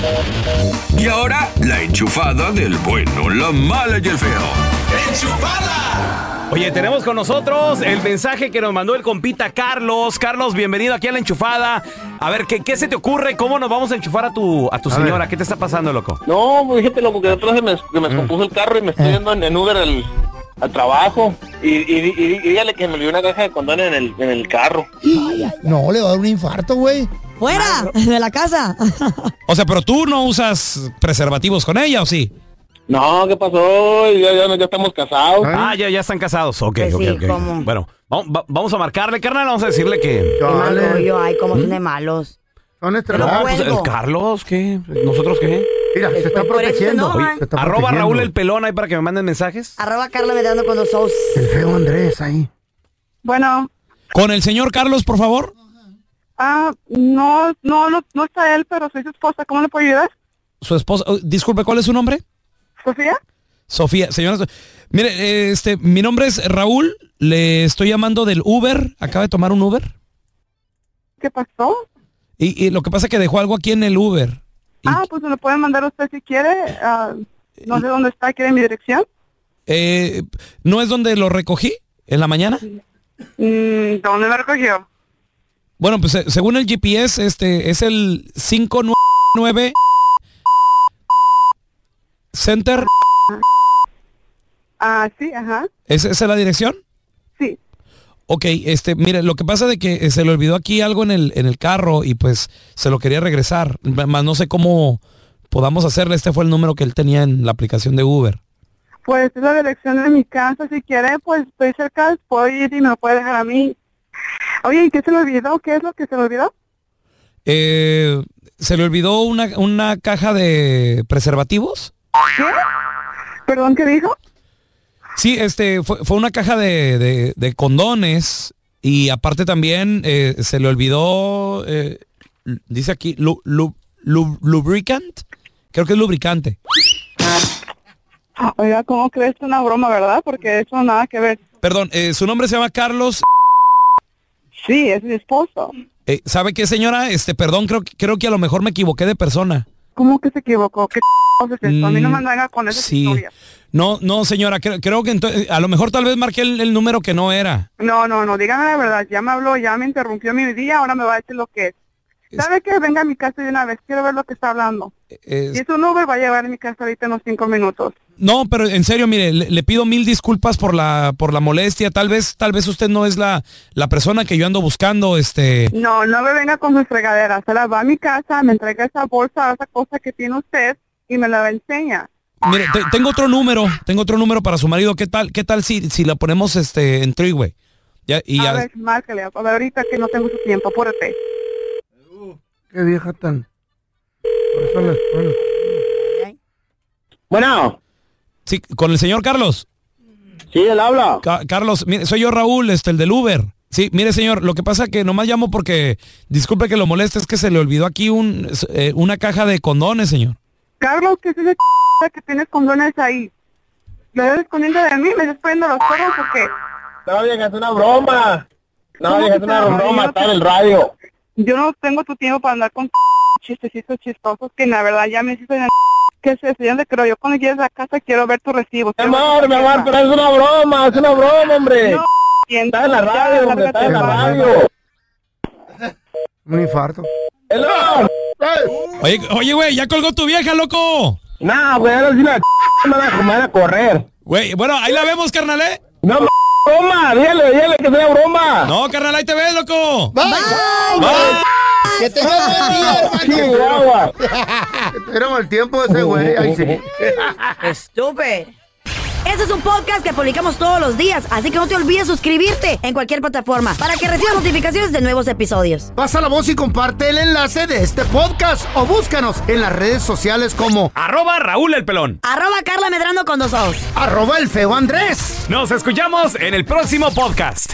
S10: Y ahora, la enchufada del bueno, la mala y el feo.
S25: Oye, tenemos con nosotros el mensaje que nos mandó el compita Carlos. Carlos, bienvenido aquí a la enchufada. A ver, ¿qué, qué se te ocurre? ¿Cómo nos vamos a enchufar a tu, a tu señora? ¿Qué te está pasando, loco?
S26: No, pues, fíjate loco, que después se me, se me descompuso el carro y me estoy yendo en, en Uber al, al trabajo. Y, y, y- y dígale que me olvidé una caja de condón en el, en el carro.
S27: No, le va a dar un infarto, güey.
S4: ¡Fuera! (laughs) De la casa.
S25: O sea, pero tú no usas preservativos con ella, ¿o sí?
S26: No, ¿qué pasó? Ya, ya, ya estamos casados.
S25: Ah, ya, ya están casados. Ok,
S26: Pues
S25: ok,
S26: sí,
S25: ok.
S26: ¿cómo?
S25: Bueno, va- va- vamos a marcarle, carnal. Vamos a decirle que.
S4: Qué mal rollo, ay, cómo
S24: ¿Mm?
S4: son de malos.
S2: Son
S25: Ah, pues, el Carlos, ¿qué? ¿Nosotros qué?
S2: Mira, se está
S4: por eso se protegiendo. enojan.
S25: Oye, arroba
S2: protegiendo.
S25: Raúl el pelón ahí para que me manden mensajes.
S4: Arroba Carla Medrano con los ojos.
S2: El feo Andrés ahí.
S26: Bueno.
S25: Con el señor Carlos, por favor.
S26: Ah, no, no, no, no está él, pero soy su esposa. ¿Cómo le puedo ayudar?
S1: Su esposa, oh, disculpe, ¿cuál es su nombre?
S26: ¿Sofía?
S1: Sofía, señora. So- Mire, eh, este, mi nombre es Raúl, le estoy llamando del Uber, acaba de tomar un Uber.
S26: ¿Qué pasó?
S1: Y, y lo que pasa es que dejó algo aquí en el Uber.
S26: Ah, pues me lo puede mandar usted si quiere. Ah, no sé dónde está, ¿quiere mi dirección?
S1: Eh, ¿No es donde lo recogí en la mañana?
S26: Mm, ¿Dónde me recogió?
S1: Bueno, pues eh, según el GPS, este es el 599 Center.
S26: Ah, sí, ajá.
S1: ¿Esa esa es la dirección?
S26: Sí.
S1: Ok, este, mire, lo que pasa de que eh, se le olvidó aquí algo en el, en el carro y pues se lo quería regresar. M- Más no sé cómo podamos hacerle. Este fue el número que él tenía en la aplicación de Uber.
S26: Pues es la dirección de mi casa, si quiere, pues estoy cerca, puedo ir y me lo puede dejar a mí. Oye, ¿y qué se le olvidó? ¿Qué es lo que se le olvidó?
S1: Eh, ¿Se le olvidó una, una caja de preservativos?
S26: ¿Qué? ¿Perdón, qué dijo?
S1: Sí, este, fue, fue una caja de, de- de condones y aparte también eh, se le olvidó, eh, l- dice aquí, lu- lu- lu- lubricant. Creo que es lubricante.
S26: Ah, Oiga, ¿cómo crees? Es una broma, ¿verdad? Porque eso nada que ver.
S1: Perdón, eh, su nombre se llama Carlos
S26: Sí, es mi esposo.
S1: Eh, ¿Sabe qué, señora? Este, perdón, creo, que- creo que a lo mejor me equivoqué de persona.
S26: ¿Cómo que se equivocó? ¿Qué es esto? A mí no me
S1: Mm,
S26: venga con esas
S1: Sí.
S26: historias.
S1: No, no, señora, creo, creo que ento- eh, a lo mejor tal vez marqué el, el número que no era.
S26: No, no, no, dígame la verdad. Ya me habló, ya me interrumpió mi día, ahora me va a decir lo que es. ¿Sabe qué? Venga a mi casa de una vez, quiero ver lo que está hablando.
S1: Eh, Es-
S26: Si es un Uber, va a llegar a mi casa ahorita en unos cinco minutos.
S1: No, pero en serio, mire, le, le pido mil disculpas por la, por la molestia. Tal vez, tal vez usted no es la, la persona que yo ando buscando, este.
S26: No, no me venga con sus fregaderas. Se la va a mi casa, me entrega esa bolsa, esa cosa que tiene usted y me la enseña.
S1: Mire, te- tengo otro número, tengo otro número para su marido. ¿Qué tal, qué tal si, si la ponemos este en Treeway? Ya, y
S26: A
S1: ya.
S26: ver, márcale. A ver, ahorita que no tengo su tiempo, apúrate.
S2: Qué vieja tan. Por eso las ponen.
S26: Bueno.
S1: Sí, con el señor Carlos.
S26: Sí, él habla.
S1: Carlos, mire, soy yo Raúl, este, el del Uber. Sí, mire señor, lo que pasa que nomás llamo porque, disculpe que lo moleste, es que se le olvidó aquí un, eh, una caja de condones, señor.
S26: Carlos, ¿qué es esa que tienes condones ahí?
S17: lo estás escondiendo de mí, me estás poniendo los cuernos porque...
S26: No, vieja, es una broma. No, vieja, es una broma, está en el radio.
S17: Yo no tengo tu tiempo para andar con chistecitos chistosos que la verdad ya me hiciste en ¿Qué es eso? Ya no te creo. Yo cuando llegues a casa quiero ver tu recibo.
S26: Mi amor, mi amor, pero es una broma, es una broma, hombre.
S17: No,
S26: Está en la radio, hombre, está en la radio.
S2: Un infarto.
S28: Oye, oye, güey, ya colgó tu vieja, loco.
S26: Nah, güey, ahora sí la me la me a correr.
S28: Güey, bueno, ahí la vemos, carnal, ¿eh?
S26: No, broma, dígale, dígale que sea broma.
S28: No, carnal, ahí te ves, loco.
S2: Que tengas
S4: (laughs)
S2: buen día,
S26: hermano.
S2: Era el tiempo
S23: Oh,
S2: ese güey. Ahí sí. (laughs)
S4: Estúpido. Este es un podcast que publicamos todos los días, así que no te olvides suscribirte en cualquier plataforma para que recibas notificaciones de nuevos episodios.
S24: Pasa la voz y comparte el enlace de este podcast o búscanos en las redes sociales como
S1: Arroba Raúl el pelón.
S4: Arroba Carla Medrano con dos ojos.
S24: arroba el feo Andrés.
S1: Nos escuchamos en el próximo podcast.